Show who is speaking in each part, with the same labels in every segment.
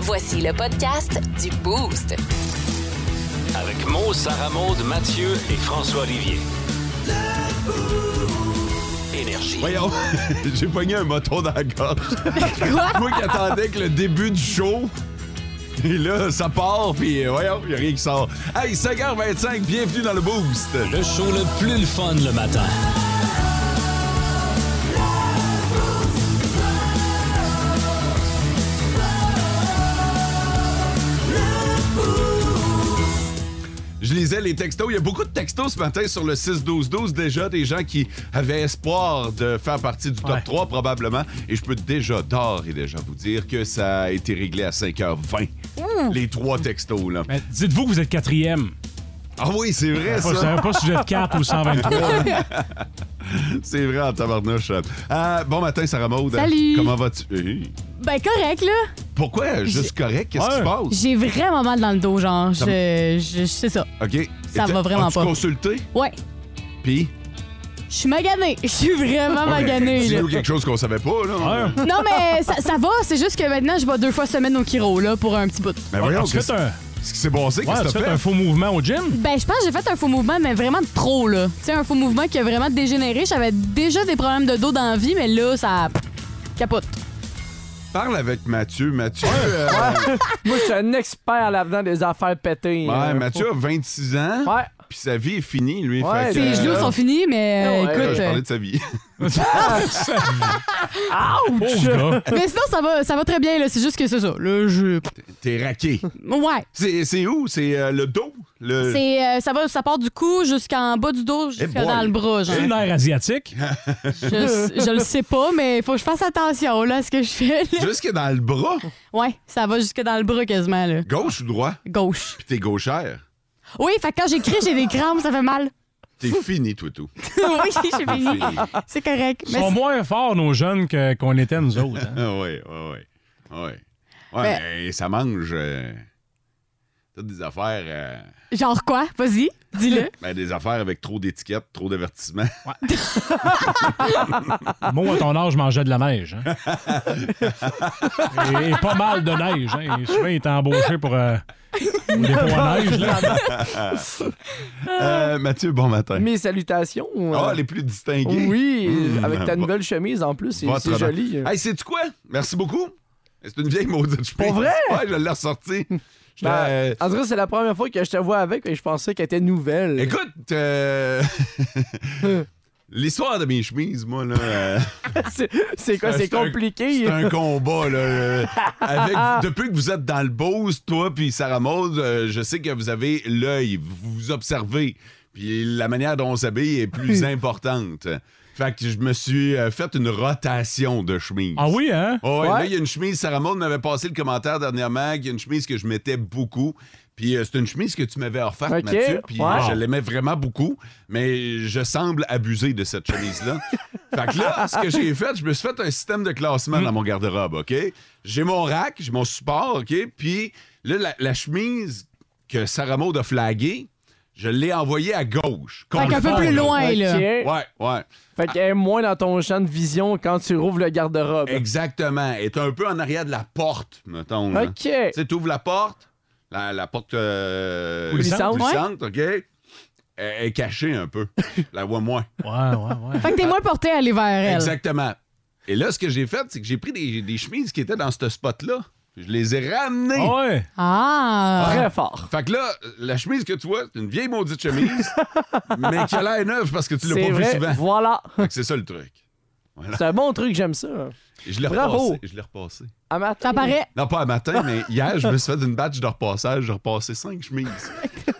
Speaker 1: Voici le podcast du Boost.
Speaker 2: Avec Mo, Sarah Maud, Mathieu et François Olivier. Énergie.
Speaker 3: Voyons, j'ai pogné un moton dans la gorge. Moi qui attendais que le début du show. Et là, ça part, puis euh, voyons, il a rien qui sort. Hey, 5h25, bienvenue dans le Boost.
Speaker 2: Le show le plus le fun le matin.
Speaker 3: Je lisais les textos. Il y a beaucoup de textos ce matin sur le 6-12-12 déjà, des gens qui avaient espoir de faire partie du top 3 probablement. Et je peux déjà d'or et déjà vous dire que ça a été réglé à 5h20. Les trois textos, là.
Speaker 4: Mais dites-vous que vous êtes quatrième.
Speaker 3: Ah oui, c'est vrai,
Speaker 4: Je ne
Speaker 3: ça.
Speaker 4: savais pas si vous êtes 4 ou 123.
Speaker 3: C'est vrai, en tabarnouche. Euh, bon matin, Sarah Maud.
Speaker 5: Salut.
Speaker 3: Comment vas-tu? Hey.
Speaker 5: Ben correct là.
Speaker 3: Pourquoi? Juste correct? Qu'est-ce qui se
Speaker 4: Ouais.
Speaker 3: passe?
Speaker 5: J'ai vraiment mal dans le dos, genre.
Speaker 3: Ça
Speaker 5: Je, je, je- c'est ça.
Speaker 3: OK.
Speaker 5: Ça
Speaker 3: Et
Speaker 5: va vraiment
Speaker 3: as-tu
Speaker 5: pas.
Speaker 3: consulté?
Speaker 5: Ouais.
Speaker 3: Puis?
Speaker 5: Je suis maganée. Je suis vraiment maganée là.
Speaker 3: Dis-nous quelque chose qu'on savait pas, là.
Speaker 4: Ouais.
Speaker 5: Non mais ça, ça va, c'est juste que maintenant je vais deux fois semaine au chiro là pour un petit bout.
Speaker 3: Mais voyons,
Speaker 4: As-tu fait
Speaker 3: qu'est-ce
Speaker 4: un,
Speaker 3: qu'est-ce qui s'est passé?
Speaker 4: ouais,
Speaker 3: Qu'est-ce que
Speaker 4: as-tu
Speaker 3: t'as
Speaker 4: fait
Speaker 3: fait?
Speaker 4: un faux mouvement au gym?
Speaker 5: Ben je pense que j'ai fait un faux mouvement mais vraiment de trop là. Tu sais un faux mouvement qui a vraiment dégénéré. J'avais déjà des problèmes de dos dans la vie mais là ça capote.
Speaker 3: Parle avec Mathieu. Mathieu, euh,
Speaker 6: Moi, je suis un expert là-dedans des affaires pétées.
Speaker 3: ouais,
Speaker 6: Euh,
Speaker 3: Mathieu a 26 ans.
Speaker 6: Ouais.
Speaker 3: Puis sa vie est finie, lui.
Speaker 6: Ouais,
Speaker 3: fait que,
Speaker 5: Ses
Speaker 3: euh,
Speaker 5: genoux sont finis mais euh,
Speaker 6: Non, ouais.
Speaker 3: là,
Speaker 5: écoute.
Speaker 3: Je
Speaker 5: euh,
Speaker 3: parlais de sa vie.
Speaker 4: Pauvre gars.
Speaker 5: mais sinon ça va ça va très bien là, c'est juste que c'est ça. Là je
Speaker 3: T'es raqué.
Speaker 5: Ouais.
Speaker 3: C'est c'est où? C'est euh, le dos? Le...
Speaker 5: C'est euh, ça va ça part du cou jusqu'en bas du dos jusqu'à
Speaker 3: boy.
Speaker 5: dans le bras genre.
Speaker 4: J'ai une aire asiatique.
Speaker 5: Je, je le sais pas, mais il faut que je fasse attention là, à ce que je fais. là.
Speaker 3: Jusque dans le bras.
Speaker 5: Ouais, ça va jusque dans le bras quasiment, là.
Speaker 3: Gauche ou droit?
Speaker 5: Gauche.
Speaker 3: Puis t'es gauchère.
Speaker 5: Oui, fait que quand j'écris, j'ai des crampes, ça fait mal.
Speaker 3: T'es fini, tout tout.
Speaker 5: oui, j'ai fini.
Speaker 3: Fini.
Speaker 5: C'est correct.
Speaker 4: Ils
Speaker 5: Mais
Speaker 4: sont
Speaker 5: c'est-
Speaker 4: moins forts, nos jeunes, que- qu'on était, nous autres. hein.
Speaker 3: Ah ouais, ouais, ouais. Ouais, ouais
Speaker 5: Ben-
Speaker 3: mais ça mange. euh, toutes des affaires. euh,
Speaker 5: genre quoi? Vas-y, dis-le.
Speaker 3: ben, des affaires avec trop d'étiquettes, trop d'avertissements.
Speaker 4: hein. Moi, à ton âge, je mangeais de la neige. hein. Et, et pas mal de neige. Hein. Et souvent, il était embauché pour euh, au dépôt à neige. là.
Speaker 3: Euh, Mathieu, bon matin.
Speaker 6: Mes salutations.
Speaker 3: Ah,
Speaker 6: euh,
Speaker 3: les plus distingués.
Speaker 6: Oui,
Speaker 3: Mmh,
Speaker 6: avec ta
Speaker 3: va-
Speaker 6: nouvelle chemise en plus, c'est
Speaker 3: va
Speaker 6: c'est
Speaker 3: travailler.
Speaker 6: joli. euh.
Speaker 3: Hey, c'est quoi? Merci beaucoup. C'est une vieille maudite chemise.
Speaker 6: Pour vrai?
Speaker 3: Ouais, je l'ai ressortie. J'étais,
Speaker 6: Ben,
Speaker 3: euh,
Speaker 6: en tout cas, c'est la première fois que je te vois avec et je pensais qu'elle était nouvelle.
Speaker 3: Écoute, euh, l'histoire de mes chemises, moi, là. euh,
Speaker 6: c'est c'est quoi?
Speaker 3: un-
Speaker 6: C'est
Speaker 3: un-
Speaker 6: compliqué.
Speaker 3: C'est un combat, là. euh, avec- depuis que vous êtes dans le Bose, toi puis Sarah Maud, euh, je sais que vous avez l'œil, vous vous observez. Puis la manière dont on s'habille est plus importante. Fait que je me suis euh, fait une rotation de chemise.
Speaker 4: Ah oui, hein?
Speaker 3: Oh, ouais,
Speaker 6: Ouais.
Speaker 3: Là, il y a une chemise. Sarah Maud m'avait passé le commentaire dernièrement qu'il y a une chemise que je mettais beaucoup. Puis euh, c'est une chemise que tu m'avais offerte,
Speaker 6: Ok,
Speaker 3: Mathieu. Puis
Speaker 6: ouais.
Speaker 3: euh, je l'aimais vraiment beaucoup. Mais je semble abuser de cette chemise-là. fait que là, ce que j'ai fait, je me suis fait un système de classement dans mon garde-robe, OK? J'ai mon rack, j'ai mon support, OK? Puis là, la, la chemise que Sarah Maud a flaguée, je l'ai envoyée à gauche.
Speaker 5: Fait qu'un peu
Speaker 4: comprend,
Speaker 5: plus
Speaker 4: là.
Speaker 5: loin, là.
Speaker 6: Ok.
Speaker 3: Ouais, ouais.
Speaker 6: Fait qu'elle est moins dans ton champ de vision quand tu rouvres le garde-robe.
Speaker 3: Exactement. Elle est un peu en arrière de la porte, mettons. là.
Speaker 6: Ok.
Speaker 3: Tu sais, t'ouvres la porte, la, la porte euh,
Speaker 6: Coulissante.
Speaker 3: coulissante, OK? Elle elle est cachée un peu. la vois moins.
Speaker 4: Ouais, ouais, ouais.
Speaker 5: Fait que t'es moins porté à aller vers elle.
Speaker 3: Exactement. Et là, ce que j'ai fait, c'est que j'ai pris des, des chemises qui étaient dans ce spot-là. Je les ai ramenées.
Speaker 6: Oh.
Speaker 4: Ah ouais.
Speaker 5: Ah!
Speaker 6: Très fort.
Speaker 3: Fait que là, la chemise que tu vois, c'est une vieille maudite chemise, mais qui a l'air neuve parce que tu l'as
Speaker 6: C'est
Speaker 3: pas vue
Speaker 6: vrai.
Speaker 3: souvent.
Speaker 6: Voilà.
Speaker 3: Fait que c'est ça le truc.
Speaker 6: C'est un bon truc, j'aime ça.
Speaker 3: Et Je l'ai
Speaker 6: Bravo.
Speaker 3: repassé. Je l'ai repassé.
Speaker 6: À matin.
Speaker 5: Ça paraît.
Speaker 3: Non, pas à matin, mais hier, je me suis fait une batch de repassage. J'ai repassé cinq chemises.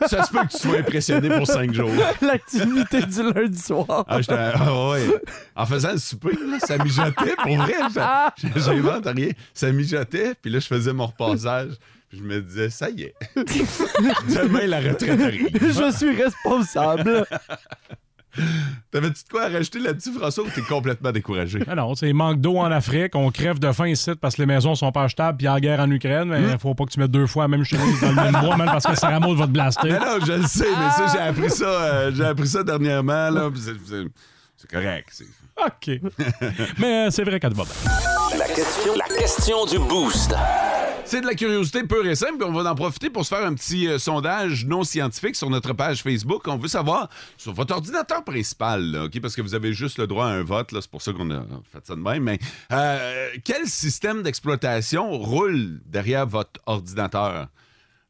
Speaker 3: Ça se peut que tu sois impressionné pour cinq jours.
Speaker 6: L'activité du lundi soir.
Speaker 3: Ah, j'étais. ah ouais. En faisant le souper, là, ça mijotait. Pour vrai, j'a- j'invente rien. Ça mijotait, puis là, je faisais mon repassage. Puis je me disais, ça y est. Demain, la retraite arrive.
Speaker 6: Je suis responsable.
Speaker 3: T'avais-tu de quoi à rajouter là-dessus, François, ou t'es complètement découragé?
Speaker 4: Ah non, c'est manque d'eau en Afrique, on crève de faim ici parce que les maisons sont pas achetables, puis en guerre en Ukraine, mais
Speaker 3: Hmm?
Speaker 4: faut pas que tu mettes deux fois la même chemise dans le même bois, même parce que Sarah Maud va te blaster.
Speaker 3: Mais non, je le sais, mais ça, j'ai appris ça, euh, j'ai appris ça dernièrement, là. puis c'est- c'est- C'est correct. c'est-
Speaker 4: OK. Mais euh, c'est vrai qu'elle te va bien.
Speaker 2: La question, la question du boost.
Speaker 3: C'est de la curiosité pure et simple. puis On va en profiter pour se faire un petit euh, sondage non scientifique sur notre page Facebook. On veut savoir sur votre ordinateur principal, là, OK? parce que vous avez juste le droit à un vote. là, C'est pour ça qu'on a fait ça de même. Mais euh, quel système d'exploitation roule derrière votre ordinateur?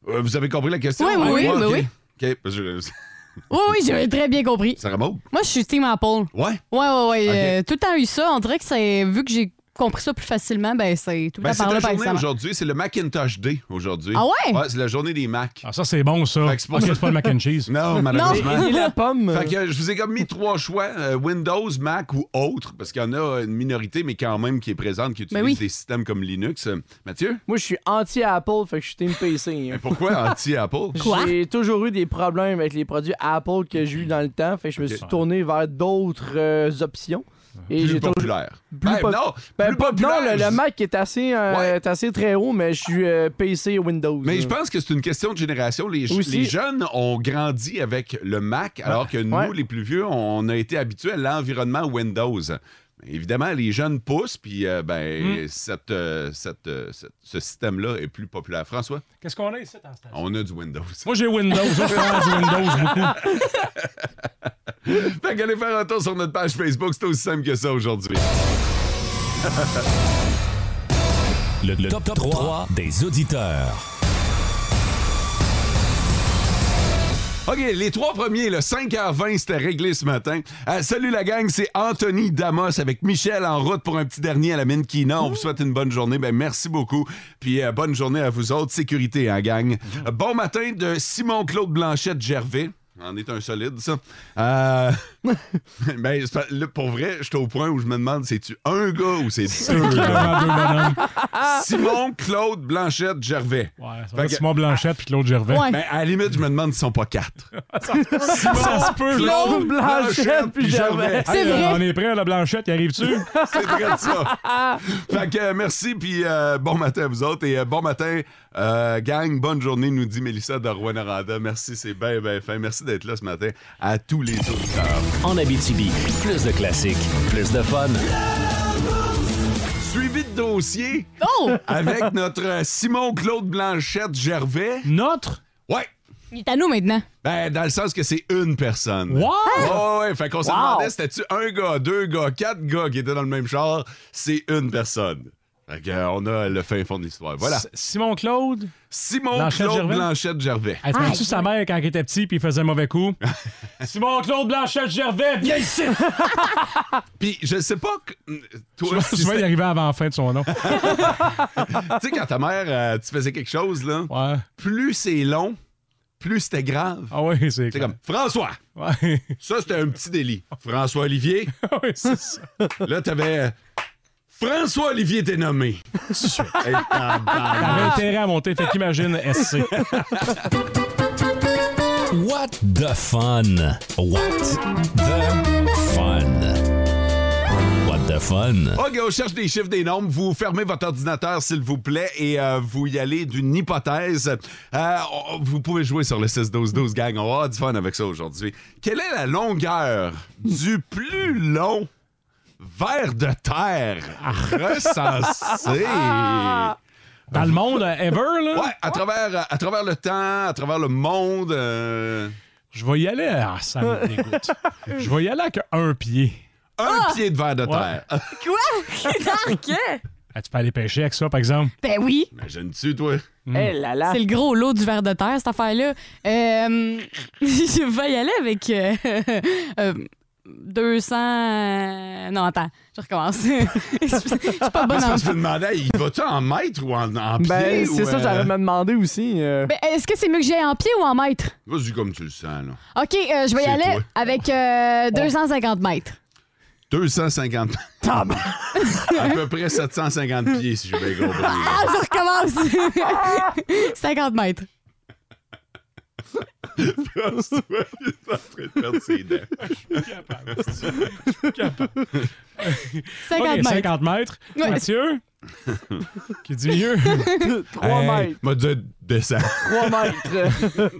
Speaker 3: Euh, vous avez compris la question?
Speaker 5: Oui, oui, oui,
Speaker 3: Ouais,
Speaker 5: oui,
Speaker 3: OK.
Speaker 5: oui.
Speaker 3: OK, parce que je-
Speaker 5: Oui, oui, j'ai très bien compris.
Speaker 3: Sarah Maud?
Speaker 5: Moi, je suis Team Apple.
Speaker 3: Ouais.
Speaker 5: Ouais, ouais, ouais.
Speaker 3: Ok.
Speaker 5: euh, tout le temps eu ça. On dirait que c'est. Vu que j'ai compris ça plus facilement, ben c'est tout le
Speaker 3: Ben,
Speaker 5: temps
Speaker 3: c'est
Speaker 5: par là,
Speaker 3: la
Speaker 5: par
Speaker 3: journée
Speaker 5: exemple.
Speaker 3: aujourd'hui. C'est le Macintosh Day aujourd'hui.
Speaker 5: Ah ouais?
Speaker 3: c'est la journée des Macs.
Speaker 4: Ah, ça, c'est bon, ça.
Speaker 3: Fait que c'est pour
Speaker 4: Ok,
Speaker 3: ça-
Speaker 4: c'est pas le mac and cheese.
Speaker 3: Non, malheureusement.
Speaker 6: Et la pomme.
Speaker 3: Fait que euh, je vous ai comme mis trois choix, euh, Windows, Mac ou autre, parce qu'il y en a une minorité, mais quand même qui est présente, qui
Speaker 6: Ben
Speaker 3: utilise
Speaker 5: oui.
Speaker 3: des systèmes comme Linux. Euh, Mathieu,
Speaker 6: Moi, je suis anti-Apple, fait que je suis Team PC. hein.
Speaker 3: mais pourquoi anti-Apple?
Speaker 5: Quoi?
Speaker 6: J'ai toujours eu des problèmes avec les produits Apple que j'ai eu dans le temps, fait que je me suis tourné vers d'autres euh, options. Et
Speaker 3: Plus
Speaker 6: j'ai toujours-
Speaker 3: populaire.
Speaker 6: Plus
Speaker 3: Ben,
Speaker 6: pop-
Speaker 3: non,
Speaker 6: Ben,
Speaker 3: plus
Speaker 6: pas-
Speaker 3: populaire.
Speaker 6: Non, le, le Mac est assez, euh,
Speaker 3: Ouais.
Speaker 6: est assez très haut, mais je suis euh, PC et Windows.
Speaker 3: Mais je
Speaker 6: hein.
Speaker 3: pense que c'est une question de génération. Les,
Speaker 6: Aussi-
Speaker 3: les jeunes ont grandi avec le Mac, alors que nous,
Speaker 6: Ouais.
Speaker 3: les plus vieux, on a été habitués à l'environnement Windows. Mais Évidemment, les jeunes poussent, puis euh, ben,
Speaker 6: Hmm.
Speaker 3: cette, euh, cette, euh, cette- ce système-là est plus populaire. François,
Speaker 4: Qu'est-ce qu'on a ici, en station?
Speaker 3: on a du Windows.
Speaker 4: Moi, j'ai Windows. Moi, je prends du Windows beaucoup.
Speaker 3: Fait qu'allez faire un tour sur notre page Facebook, c'est aussi simple que ça aujourd'hui.
Speaker 7: Le, le top, 3, des auditeurs.
Speaker 3: OK, les trois premiers, le 5h20, c'était réglé ce matin. Euh, salut la gang, c'est Anthony Damos avec Michel en route pour un petit dernier à la mine Kina. On vous souhaite une bonne journée. Ben, merci beaucoup. Puis euh, bonne journée à vous autres. Sécurité, hein, gang.
Speaker 4: Mhm.
Speaker 3: Euh, Bon matin de Simon-Claude Blanchette-Gervais. En est un solide, ça. Euh... ben, c'est pas- là, pour vrai, je suis au point où je me demande, c'est-tu un gars ou c'est deux gars?
Speaker 4: Vraiment deux bonhommes.
Speaker 3: Simon-Claude Blanchette-Gervais.
Speaker 4: Ah! Ouais, ça
Speaker 3: Fait
Speaker 4: va
Speaker 3: que-
Speaker 4: être Simon Blanchette puis Claude Gervais.
Speaker 5: Ouais.
Speaker 3: Ben, à la limite, je me demande s'ils sont pas quatre.
Speaker 4: Ça se peut, là.
Speaker 3: Claude Blanchette puis Gervais. Ah,
Speaker 5: C'est
Speaker 4: Hey, euh,
Speaker 5: vrai.
Speaker 4: On est prêt, la Blanchette, y arrive-tu?
Speaker 3: C'est vrai de ça. fait que euh, merci, puis euh, bon matin à vous autres. Et euh, bon matin, euh, gang. Bonne journée, nous dit Mélissa de Rouen-Noranda. Merci, c'est bien, bien fin. Merci d'être là ce matin à tous les auditeurs.
Speaker 2: En Abitibi, plus de classiques, plus de fun.
Speaker 3: Suivi de dossier
Speaker 5: Oh!
Speaker 3: avec notre euh, Simon-Claude Blanchette-Gervais.
Speaker 4: Notre?
Speaker 3: Ouais,
Speaker 5: Il est à nous maintenant.
Speaker 3: ben dans le sens que c'est une personne.
Speaker 4: Wow! Hein?
Speaker 3: Ouais, ouais, fait qu'on se demandait, c'était-tu un gars, deux gars, quatre gars qui étaient dans le même genre? C'est une personne. Fait que, euh, on a le fin fond de l'histoire. Voilà.
Speaker 4: S- Simon Claude.
Speaker 3: Simon-Claude
Speaker 4: Blanchette-Gervais?
Speaker 3: Blanchette-Gervais.
Speaker 4: Elle tu sa mère quand elle était petit puis il faisait un mauvais coup? Simon Claude Blanchette Gervais, viens ici!
Speaker 3: Puis je sais pas que hum,
Speaker 4: Je
Speaker 3: toi
Speaker 4: vais-
Speaker 3: si
Speaker 4: je vais y
Speaker 3: c'était-
Speaker 4: arriver avant la fin de son nom.
Speaker 3: tu sais quand ta mère euh, tu faisais quelque chose là,
Speaker 4: Ouais.
Speaker 3: plus c'est long, plus c'était grave.
Speaker 4: Ah oui, c'est
Speaker 3: C'est
Speaker 4: clair.
Speaker 3: comme François,
Speaker 4: Ouais.
Speaker 3: ça c'était un petit délit. François Olivier,
Speaker 4: Ah oui, c'est ça.
Speaker 3: là t'avais euh, François Olivier t'es nommé. Hey,
Speaker 4: Elle
Speaker 3: tabarnak.
Speaker 4: avait intérêt à monter, fait qu'imagine SC.
Speaker 7: What the fun? What the fun? What the fun?
Speaker 3: OK, on cherche des chiffres, des nombres. Vous fermez votre ordinateur, s'il vous plaît, et euh, vous y allez d'une hypothèse. Euh, on- vous pouvez jouer sur le 6-12-12, gang. On va avoir du fun avec ça aujourd'hui. Quelle est la longueur du plus long ver de terre recensé?
Speaker 6: Ah!
Speaker 4: Dans le monde, euh, ever, là,
Speaker 3: Ouais, à travers, euh, à travers le temps, à travers le monde. euh,
Speaker 4: je vais y aller. Ah, ça me dégoûte. Je vais y aller avec un pied.
Speaker 3: un
Speaker 6: Ah!
Speaker 3: pied de ver de terre.
Speaker 5: Quoi? Dark!
Speaker 4: Ah, tu peux aller pêcher avec ça, par exemple.
Speaker 5: Ben oui!
Speaker 3: Imagine-tu, toi?
Speaker 6: Eh là là.
Speaker 5: C'est le gros lot du verre de terre, cette affaire-là. Euh, je vais y aller avec euh, euh, 200. Non, attends, je recommence. je suis pas bonne en.
Speaker 3: Parce que je me demandais, il va-tu en mètre ou en, en pied?
Speaker 6: Ben, c'est
Speaker 3: ou,
Speaker 6: ça,
Speaker 3: euh,
Speaker 6: j'allais me demander aussi. euh,
Speaker 5: Ben, Est-ce que c'est mieux que j'aille en pied ou en mètre?
Speaker 3: Vas-y comme tu le sens, là.
Speaker 5: OK, euh, je vais y
Speaker 3: C'est
Speaker 5: aller
Speaker 3: toi.
Speaker 5: avec euh, 250 mètres.
Speaker 3: 250 À peu près 750 pieds, si j'ai bien compris. là.
Speaker 5: Ah, je recommence! 50 mètres.
Speaker 3: François, il est en train de perdre ses dents.
Speaker 4: Capable.
Speaker 5: 50
Speaker 4: Ok,
Speaker 5: mètres.
Speaker 4: 50 mètres.
Speaker 5: Ouais.
Speaker 4: Mathieu, qui dit mieux?
Speaker 6: 3
Speaker 3: Hey,
Speaker 6: mètres.
Speaker 3: M'a dit descend.
Speaker 6: 3 mètres.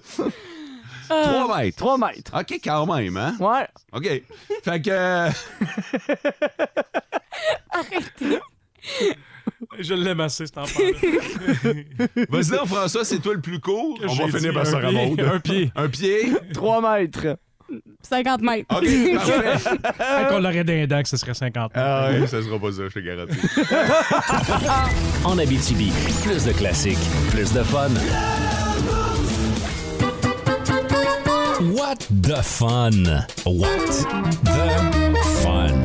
Speaker 3: 3 mètres.
Speaker 6: 3 mètres.
Speaker 3: OK, quand même, hein?
Speaker 6: Ouais.
Speaker 3: OK. Fait que... euh,
Speaker 4: Je l'ai massé, cet enfant-là.
Speaker 3: Vas-y donc, François, c'est toi le plus court. On va
Speaker 4: J'ai
Speaker 3: finir
Speaker 4: dit
Speaker 3: par
Speaker 4: un
Speaker 3: Sarah
Speaker 4: pied,
Speaker 3: Maud.
Speaker 4: Un pied.
Speaker 3: Un pied.
Speaker 6: 3 mètres.
Speaker 5: 50 mètres.
Speaker 3: OK, parfait.
Speaker 5: Euh.
Speaker 4: Fait qu'on l'aurait d'un dent, que ce serait 50
Speaker 3: Ah oui, ça sera pas ça, je te garantis.
Speaker 2: En Abitibi, plus de classiques, plus de fun.
Speaker 7: What the fun? What the fun?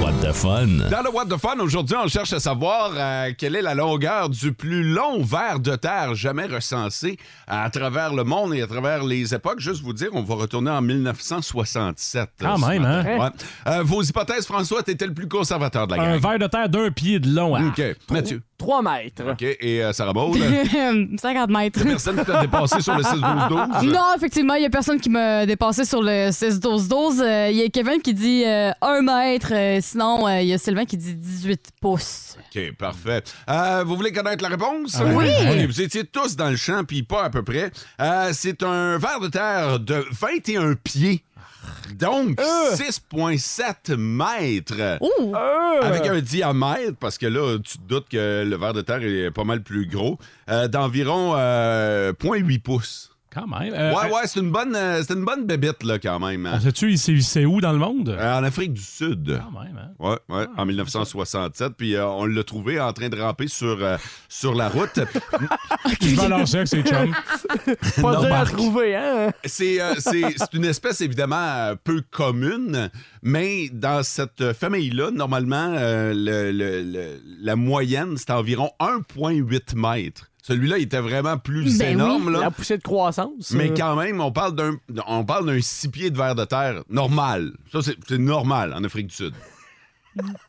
Speaker 7: What the fun?
Speaker 3: Dans le What the Fun, aujourd'hui, on cherche à savoir euh, quelle est la longueur du plus long verre de terre jamais recensé à travers le monde et à travers les époques. Juste vous dire, on va retourner en 1967. euh,
Speaker 4: Quand
Speaker 3: ce
Speaker 4: même,
Speaker 3: matin.
Speaker 4: hein?
Speaker 3: Ouais. Euh, vos hypothèses, François, t'étais le plus conservateur de la
Speaker 4: Un
Speaker 3: gang.
Speaker 4: verre de terre d'un pied de long. hein.
Speaker 3: OK. Mathieu.
Speaker 6: 3 mètres.
Speaker 3: OK. Et euh, Sarah Baud, euh,
Speaker 5: 50 mètres.
Speaker 3: personne qui t'a dépassé sur le 6 12
Speaker 5: Non, effectivement, il n'y a personne qui m'a dépassé sur le 16-12-12. Euh, Il y a Kevin qui dit 1 mètre, euh, sinon il y a Sylvain qui dit 18 pouces.
Speaker 3: OK, parfait. Euh, vous voulez connaître la réponse?
Speaker 4: Ah,
Speaker 5: Oui.
Speaker 3: OK, vous étiez tous dans le champ, puis pas à peu près. Euh, c'est un verre de terre de 21 pieds. Donc,
Speaker 4: Euh.
Speaker 3: 6,7 mètres. Euh.
Speaker 5: Oh!
Speaker 3: Avec
Speaker 4: Euh.
Speaker 3: un diamètre, parce que là, tu te doutes que le verre de terre est pas mal plus gros, euh, d'environ euh, 0,8 pouces.
Speaker 4: Quand même. Euh,
Speaker 3: ouais, ouais, c'est une bonne, euh, c'est une bonne bébite, là, quand même. hein.
Speaker 4: euh, Sais-tu, c'est c'est où dans le monde?
Speaker 3: Euh, en Afrique du Sud.
Speaker 4: Quand même, hein?
Speaker 3: Ouais,
Speaker 5: Ah,
Speaker 3: ouais, en 1967. Puis euh, on l'a trouvé en train de ramper sur, euh, sur la route.
Speaker 4: Je vais lancer avec ses chums.
Speaker 6: Pas
Speaker 3: Non,
Speaker 6: dur à
Speaker 3: Marc.
Speaker 6: trouver, hein?
Speaker 3: C'est euh, c'est- c'est une espèce évidemment euh, peu commune, mais dans cette famille-là, normalement, euh, le- le- le- la moyenne, c'est environ 1,8 mètres. Celui-là, il était vraiment plus
Speaker 5: Ben oui.
Speaker 3: énorme. là.
Speaker 6: La poussée de croissance.
Speaker 3: Mais
Speaker 6: euh,
Speaker 3: quand même, on parle d'un on parle d'un six pieds de verre de terre normal. Ça, c'est c'est normal en Afrique du Sud.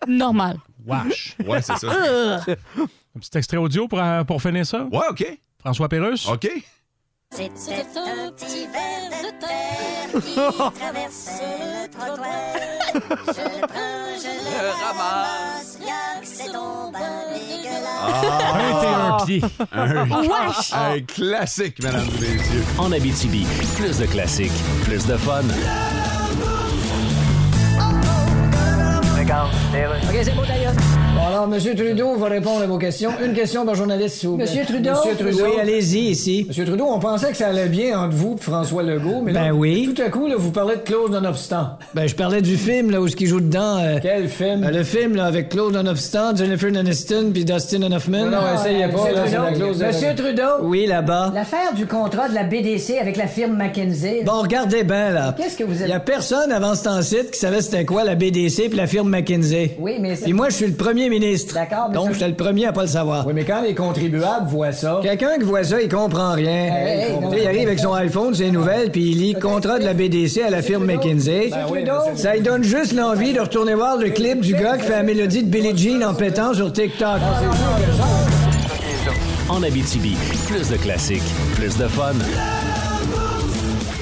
Speaker 5: Normal.
Speaker 4: Wesh.
Speaker 3: Ouais, c'est ça.
Speaker 4: Un petit extrait audio pour, euh, pour finir ça.
Speaker 3: Ouais, OK.
Speaker 4: François Pérusse.
Speaker 3: OK.
Speaker 8: C'était un petit verre de terre qui traversait le trottoir. Je le prends, je le ramasse, y'a que ben c'est tombé dégueulasse.
Speaker 9: Ah.
Speaker 4: Ah! Un
Speaker 3: Ah!
Speaker 4: pied, un pied.
Speaker 3: Un, un classique, mesdames et messieurs.
Speaker 2: En Abitibi, plus de classiques, plus de fun.
Speaker 10: Alors, M. Trudeau va répondre à vos questions. Une question par journaliste, s'il vous plaît. Monsieur Trudeau. Monsieur Trudeau. Oui, allez-y, ici. Monsieur Trudeau, on pensait que ça allait bien entre vous et François Legault, mais là, oui. tout à coup, là, vous parlez de Claude Nonobstant. Ben, je parlais du film, là, où ce qu'il joue dedans. Quel film? le film, là, avec Claude Nonobstant, Jennifer Aniston puis Dustin Hoffman. Non,
Speaker 8: Ah, euh,
Speaker 10: essayez pas, là, c'est la Monsieur Trudeau. Oui, là-bas.
Speaker 8: L'affaire du contrat de la BDC avec la firme McKenzie.
Speaker 10: Bon, regardez bien, là.
Speaker 8: Qu'est-ce que vous
Speaker 10: Il
Speaker 8: êtes-
Speaker 10: y a personne avant ce site qui savait c'était quoi la BDC puis la firme McKinsey.
Speaker 8: Oui, mais c'est-
Speaker 10: Puis moi, je suis le premier ministre.
Speaker 8: D'accord, mais
Speaker 10: Donc,
Speaker 8: ça-
Speaker 10: j'étais le premier à pas le savoir. Oui, mais quand les contribuables voient ça... Quelqu'un qui voit ça, il comprend rien.
Speaker 8: hey,
Speaker 10: Tu sais,
Speaker 8: non,
Speaker 10: il
Speaker 8: mais-
Speaker 10: arrive avec son iPhone, ses nouvelles, puis il lit contrat de la BDC à la firme McKinsey. ça lui donne juste l'envie de retourner voir le clip du gars qui fait la mélodie de Billie Jean en pétant sur TikTok.
Speaker 2: En Abitibi, plus de classiques, plus de fun.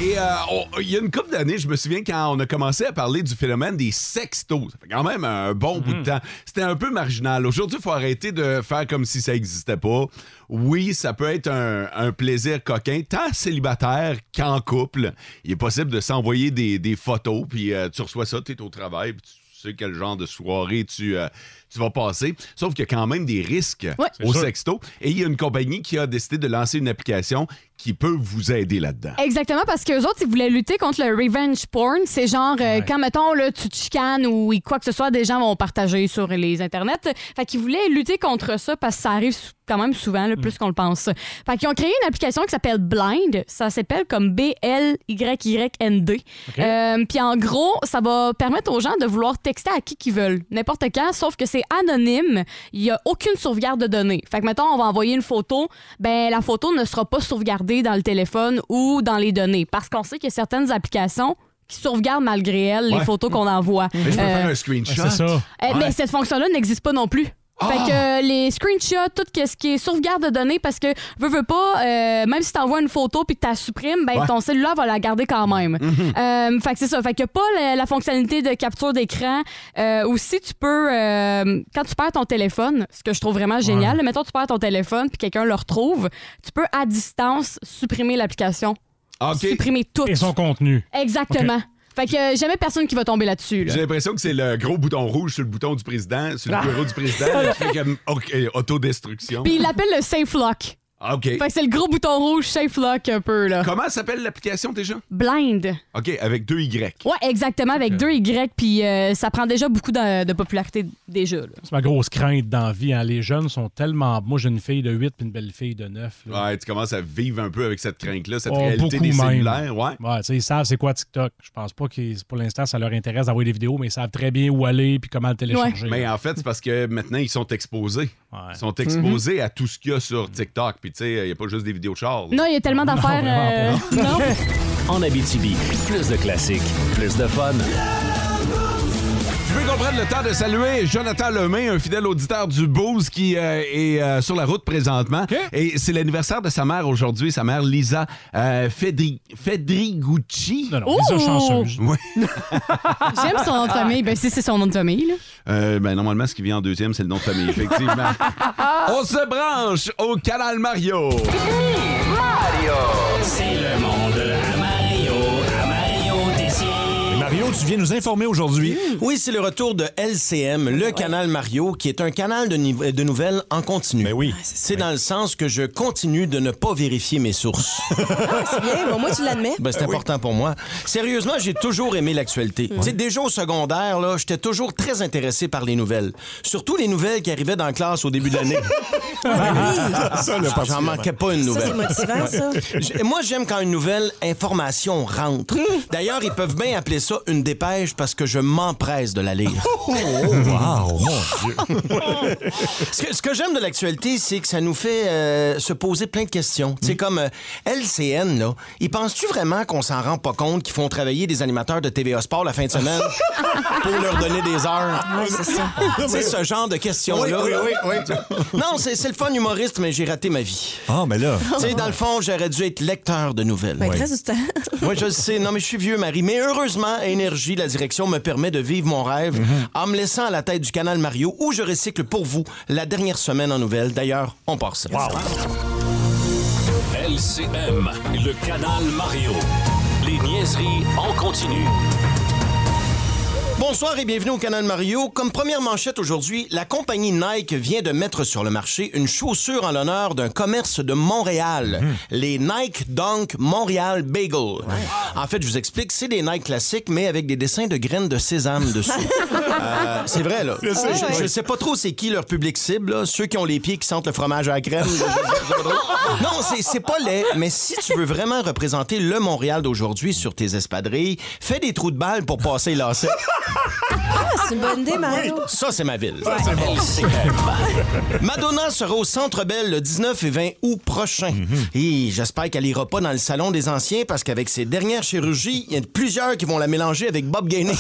Speaker 3: Et euh, on- il y a une couple d'années, je me souviens quand on a commencé à parler du phénomène des sextos. Ça fait quand même un bon bout de temps. C'était un peu marginal. Aujourd'hui, il faut arrêter de faire comme si ça n'existait pas. Oui, ça peut être un, un plaisir coquin, tant célibataire qu'en couple. Il est possible de s'envoyer des, des photos, puis euh, tu reçois ça, tu es au travail, puis tu sais quel genre de soirée tu, euh, tu vas passer. Sauf qu'il y a quand même des risques
Speaker 5: Ouais.
Speaker 3: au
Speaker 4: sûr.
Speaker 3: sexto. Et il y a une compagnie qui a décidé de lancer une application qui peut vous aider là-dedans.
Speaker 5: Exactement, parce qu'eux autres, ils voulaient lutter contre le revenge porn. C'est genre, euh, quand, mettons, là, tu te chicanes ou quoi que ce soit, des gens vont partager sur les internets. Fait qu'ils voulaient lutter contre ça parce que ça arrive sou- quand même souvent, le plus qu'on le pense. Fait qu'ils ont créé une application qui s'appelle Blind. Ça s'appelle comme B-L-Y-Y-N-D. Euh, Puis en gros, ça va permettre aux gens de vouloir texter à qui qu'ils veulent, n'importe quand, sauf que c'est anonyme. Il n'y a aucune sauvegarde de données. Fait que, mettons, on va envoyer une photo. Ben, la photo ne sera pas sauvegardée dans le téléphone ou dans les données. Parce qu'on sait qu'il y a certaines applications qui sauvegardent malgré elles
Speaker 3: Ouais.
Speaker 5: les photos qu'on envoie.
Speaker 3: Mais je peux
Speaker 5: Euh,
Speaker 3: faire un
Speaker 4: Ouais,
Speaker 3: screenshot.
Speaker 4: c'est ça.
Speaker 5: eh, Mais cette fonction-là n'existe pas non plus. Fait que euh, les screenshots, tout que- ce qui est sauvegarde de données, parce que veux, veux pas, euh, même si t'envoies une photo puis que t'as supprimes, ben
Speaker 3: Ouais.
Speaker 5: ton cellulaire va la garder quand même. Euh, fait que c'est ça. Fait que pas la, la fonctionnalité de capture d'écran. Euh, aussi, tu peux, euh, quand tu perds ton téléphone, ce que je trouve vraiment génial, là, mettons tu perds ton téléphone puis quelqu'un le retrouve, tu peux à distance supprimer l'application,
Speaker 3: Ah, OK.
Speaker 5: supprimer tout.
Speaker 4: Et son contenu.
Speaker 5: Exactement. Fait que euh, jamais personne qui va tomber là-dessus. là.
Speaker 3: J'ai l'impression que c'est le gros bouton rouge sur le bouton du président, sur
Speaker 4: Ah.
Speaker 3: le bureau du président, qui fait comme OK, autodestruction. Ah,
Speaker 5: Puis il l'appelle le Safe Lock.
Speaker 3: OK.
Speaker 5: Fait que Ben, c'est le gros bouton rouge Safe Lock un peu, là.
Speaker 3: Comment s'appelle l'application déjà?
Speaker 5: Blind.
Speaker 3: OK, avec deux Y.
Speaker 5: Ouais, exactement, avec deux Y, puis euh, ça prend déjà beaucoup de, de popularité déjà. là.
Speaker 4: C'est ma grosse crainte dans la vie. hein. Les jeunes sont tellement. Moi, j'ai une fille de 8 puis une belle fille de 9. là.
Speaker 3: Ouais, tu commences à vivre un peu avec cette crainte-là, cette
Speaker 4: Oh,
Speaker 3: réalité des
Speaker 4: beaucoup même.
Speaker 3: cellulaires. Ouais.
Speaker 4: Ouais, tu sais, ils savent c'est quoi TikTok. Je pense pas que pour l'instant, ça leur intéresse d'avoir des vidéos, mais ils savent très bien où aller puis comment le télécharger.
Speaker 3: Mais en fait, c'est parce que maintenant, ils sont exposés.
Speaker 4: Ouais. Mhm.
Speaker 3: Ils sont exposés à tout ce qu'il y a sur TikTok. Puis, tu sais, il n'y a pas juste des vidéos de Charles.
Speaker 5: Non, il y a tellement d'affaires. euh,
Speaker 4: vraiment
Speaker 5: non.
Speaker 2: En Abitibi, plus de classiques, plus de fun.
Speaker 3: Je veux qu'on prenne le temps de saluer Jonathan Lemay, un fidèle auditeur du Booz qui euh, est euh, sur la route présentement. Et c'est l'anniversaire de sa mère aujourd'hui, sa mère Lisa euh, Fedri- Fedrigucci.
Speaker 4: Non, non, ils sont
Speaker 5: Oh!
Speaker 4: chanceux.
Speaker 5: J'aime son nom de famille. Ben, si c'est son nom de famille, là.
Speaker 3: Euh, ben, normalement, ce qui vient en deuxième, c'est le nom de famille, effectivement. On se branche au canal Mario.
Speaker 7: C'est le monde à Mario, à Mario
Speaker 11: Mario, tu viens nous informer aujourd'hui. Oui, c'est le retour de LCM, le canal Mario, qui est un canal de, nive- de nouvelles en continu. Mais oui. C'est dans le sens que je continue de ne pas vérifier mes sources.
Speaker 9: C'est bien, mais au moins tu l'admets.
Speaker 11: Ben, c'est important pour moi. Sérieusement, j'ai toujours aimé l'actualité. Tu sais, déjà au secondaire, là, j'étais toujours très intéressé par les nouvelles. Surtout les nouvelles qui arrivaient dans la classe au début de l'année. J'en manquais pas une
Speaker 9: Ah Ça, c'est
Speaker 11: nouvelle.
Speaker 9: motivant, ça.
Speaker 11: J- Moi, j'aime quand une nouvelle information rentre. D'ailleurs, ils peuvent bien appeler ça une dépêche parce que je m'empresse de la lire. Ce que, ce que j'aime de l'actualité, c'est que ça nous fait euh, se poser plein de questions. Tu sais, comme euh, LCN, là, ils pensent-tu vraiment qu'on s'en rend pas compte qu'ils font travailler des animateurs de TVA Sport la fin de semaine pour leur donner des heures? Tu sais, ce genre de questions-là. Non, c'est c'est le fun humoriste, mais j'ai raté ma vie.
Speaker 7: Ah, mais là.
Speaker 11: Tu sais, dans le fond, j'aurais dû être lecteur de nouvelles.
Speaker 9: Ben, très du temps.
Speaker 11: Oui, je le sais. Non, mais je suis vieux, Marie. Mais heureusement, Énergie, la direction, me permet de vivre mon rêve en me laissant à la tête du canal Mario où je recycle pour vous la dernière semaine en nouvelles. D'ailleurs, on part ça.
Speaker 2: LCM, le canal Mario. Les niaiseries en continu.
Speaker 11: Bonsoir et bienvenue au canal Mario. Comme première manchette aujourd'hui, la compagnie Nike vient de mettre sur le marché une chaussure en l'honneur d'un commerce de Montréal, les Nike Dunk Montréal Bagel. En fait, je vous explique, c'est des Nike classiques mais avec des dessins de graines de sésame dessus. Euh, c'est vrai là. Je, je sais pas trop c'est qui leur public cible, là. ceux qui ont les pieds qui sentent le fromage à la crème. non, c'est- c'est pas laid, mais si tu veux vraiment représenter le Montréal d'aujourd'hui sur tes espadrilles, fais des trous de balle pour passer lacet.
Speaker 9: Ah, c'est une bonne idée, Mario.
Speaker 11: Ça, c'est ma ville. Madonna sera au Centre Bell le 19 et 20 août prochain. Et j'espère qu'elle ira pas dans le salon des anciens parce qu'avec ses dernières chirurgies, il y en a plusieurs qui vont la mélanger avec Bob Gainey.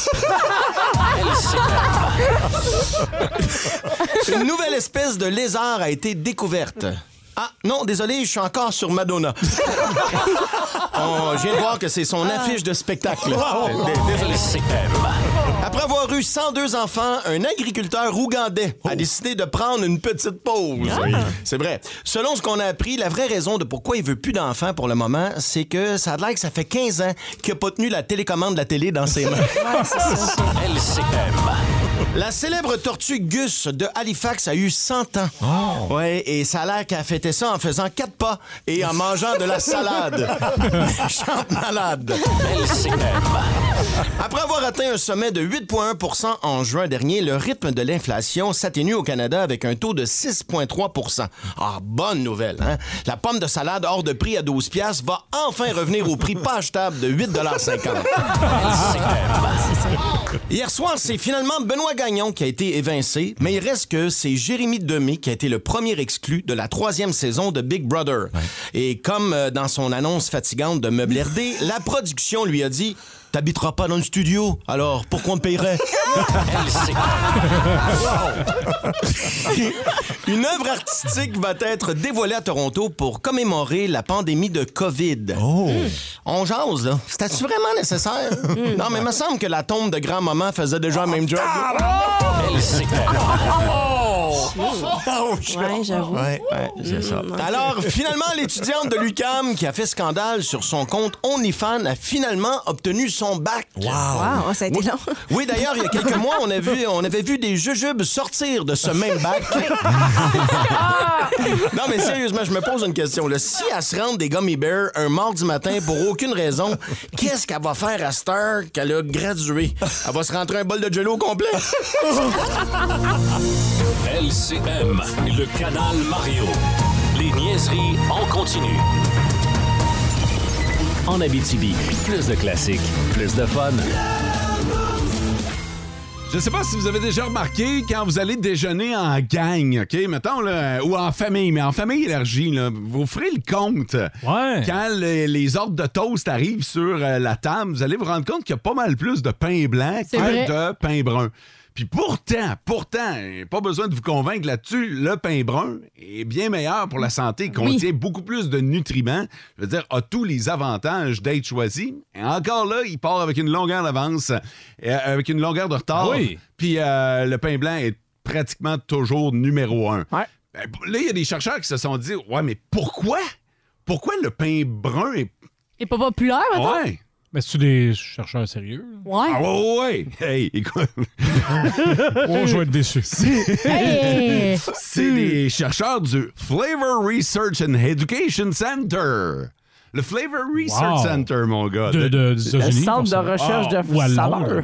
Speaker 11: Une nouvelle espèce de lézard a été découverte. Ah, non, désolé, je suis encore sur Madonna. oh, je viens de voir que c'est son affiche de spectacle. Après avoir eu 102 enfants, un agriculteur ougandais a décidé de prendre une petite pause. C'est vrai. Selon ce qu'on a appris, la vraie raison de pourquoi il veut plus d'enfants pour le moment, c'est que ça a l'air que ça fait 15 ans qu'il n'a pas tenu la télécommande de la télé dans ses mains.
Speaker 2: LCM,
Speaker 11: La célèbre tortue Gus de Halifax a eu 100 ans. Ouais, et ça a l'air qu'elle a fêté ça en faisant quatre pas et en mangeant de la salade. Chante malade.
Speaker 2: LCM,
Speaker 11: Après avoir atteint un sommet de 8,1 en juin dernier, le rythme de l'inflation s'atténue au Canada avec un taux de 6,3 Ah, bonne nouvelle, hein? La pomme de salade hors de prix à 12 piastres va enfin revenir au prix pas achetable de 8,50 Hier soir, c'est finalement Benoît Gagnon qui a été évincé, mais il reste que c'est Jérémy Demé qui a été le premier exclu de la troisième saison de Big Brother. Et comme euh, dans son annonce fatigante de Meuble RD, la production lui a dit « T'habiteras pas dans le studio, alors pourquoi on te payerait? » Une œuvre artistique va être dévoilée à Toronto pour commémorer la pandémie de COVID. On jase, là. C'était-tu vraiment nécessaire? non, mais il me semble que la tombe de grand-maman faisait déjà le même job.
Speaker 2: LCM.
Speaker 11: Ouch!
Speaker 9: Ouais, j'avoue.
Speaker 11: Ouais, ouais, c'est ça.
Speaker 9: Mm, ok.
Speaker 11: Alors, finalement, l'étudiante de l'UCAM qui a fait scandale sur son compte OnlyFans a finalement obtenu son bac. Wow!
Speaker 9: Wow, ça a été
Speaker 11: oui,
Speaker 9: long.
Speaker 11: Oui, d'ailleurs, il y a quelques mois, on, a vu, on avait vu des jujubes sortir de ce même bac. non, mais sérieusement, je me pose une question. là. Si elle se rend des gummy bears un mardi matin pour aucune raison, qu'est-ce qu'elle va faire à cette heure qu'elle a gradué? Elle va se rentrer un bol de jello complet?
Speaker 2: LCM, le canal Mario. Les niaiseries en continu. En Abitibi, plus de classiques, plus de fun.
Speaker 3: Je sais pas si vous avez déjà remarqué quand vous allez déjeuner en gang, OK, mettons, là, ou en famille, mais en famille élargie, là, vous ferez le compte. Quand les, les ordres de toast arrivent sur euh, la table, vous allez vous rendre compte qu'il y a pas mal plus de pain blanc que
Speaker 12: C'est vrai.
Speaker 3: de Euh, pain brun. Puis pourtant, pourtant, pas besoin de vous convaincre là-dessus, le pain brun est bien meilleur pour la santé, contient beaucoup plus de nutriments, je veux dire, a tous les avantages d'être choisi. Et encore là, il part avec une longueur d'avance, euh, avec une longueur de retard.
Speaker 4: Oui.
Speaker 3: Puis euh, le pain blanc est pratiquement toujours numéro un. Ben, Là, il y a des chercheurs qui se sont dit, ouais, mais pourquoi? Pourquoi le pain brun est...
Speaker 5: Et pas populaire, maintenant?
Speaker 3: Ouais.
Speaker 4: Mais c'est-tu des chercheurs sérieux?
Speaker 5: Ouais.
Speaker 3: Ah ouais, ouais, ouais. Hey, écoute.
Speaker 4: Oh, je vais être déçu.
Speaker 3: C'est
Speaker 4: Hey! Hum.
Speaker 3: c'est des chercheurs du Flavor Research and Education Center. Le Flavor Research Center, mon gars.
Speaker 4: De- de- des
Speaker 6: Le
Speaker 4: Ah,
Speaker 6: États-Unis, centre de forcément. recherche de
Speaker 3: Ou à Londres.
Speaker 6: saveurs.
Speaker 3: Wow,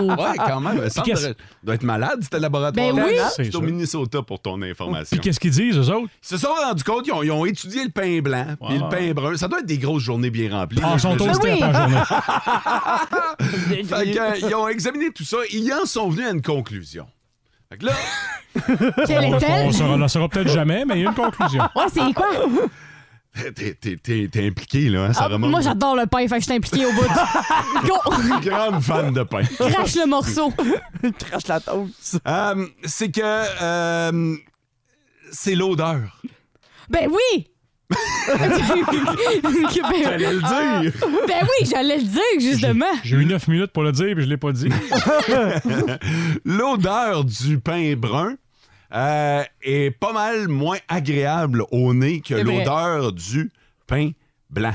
Speaker 3: wow, wow.
Speaker 6: Oh!
Speaker 3: ouais, quand même. Le centre
Speaker 4: Puis qu'est-ce-
Speaker 3: de- doit être malade, ce laboratoire.
Speaker 4: Ben oui. C'est
Speaker 3: C'est au
Speaker 4: sûr.
Speaker 3: Minnesota pour ton information.
Speaker 4: Puis qu'est-ce qu'ils disent, eux autres?
Speaker 3: Ils se sont rendus compte, ils ont, ils ont étudié le pain blanc, puis le pain brun. Ça doit être des grosses journées bien remplies.
Speaker 4: Ah,
Speaker 3: là,
Speaker 4: ils sont
Speaker 3: j'imagine.
Speaker 4: toastés Ben oui. après
Speaker 6: Ah
Speaker 4: la
Speaker 3: Fait que, euh, ils ont examiné tout ça, ils en sont venus à une conclusion. Fait que là,
Speaker 4: Quelle On- est-elle? on saura- on la saura peut-être jamais, mais il y a une conclusion.
Speaker 5: Ouais, c'est quoi?
Speaker 3: T'es- T'es t'es- t'es impliqué, là, hein, ça
Speaker 5: Ah,
Speaker 3: remonte.
Speaker 5: moi, j'adore le pain, fait que je suis impliquée au bout du... Go!
Speaker 3: Grande fan de pain.
Speaker 5: Crache le morceau.
Speaker 3: Crache la toast. c'est que euh, c'est l'odeur.
Speaker 5: Ben oui!
Speaker 4: T'allais le dire.
Speaker 5: Ben oui, j'allais le dire, justement.
Speaker 4: J'ai eu 9 minutes pour le dire, puis je l'ai pas dit.
Speaker 3: L'odeur du pain brun euh, est pas mal moins agréable au nez que
Speaker 12: C'est vrai.
Speaker 3: l'odeur du pain blanc.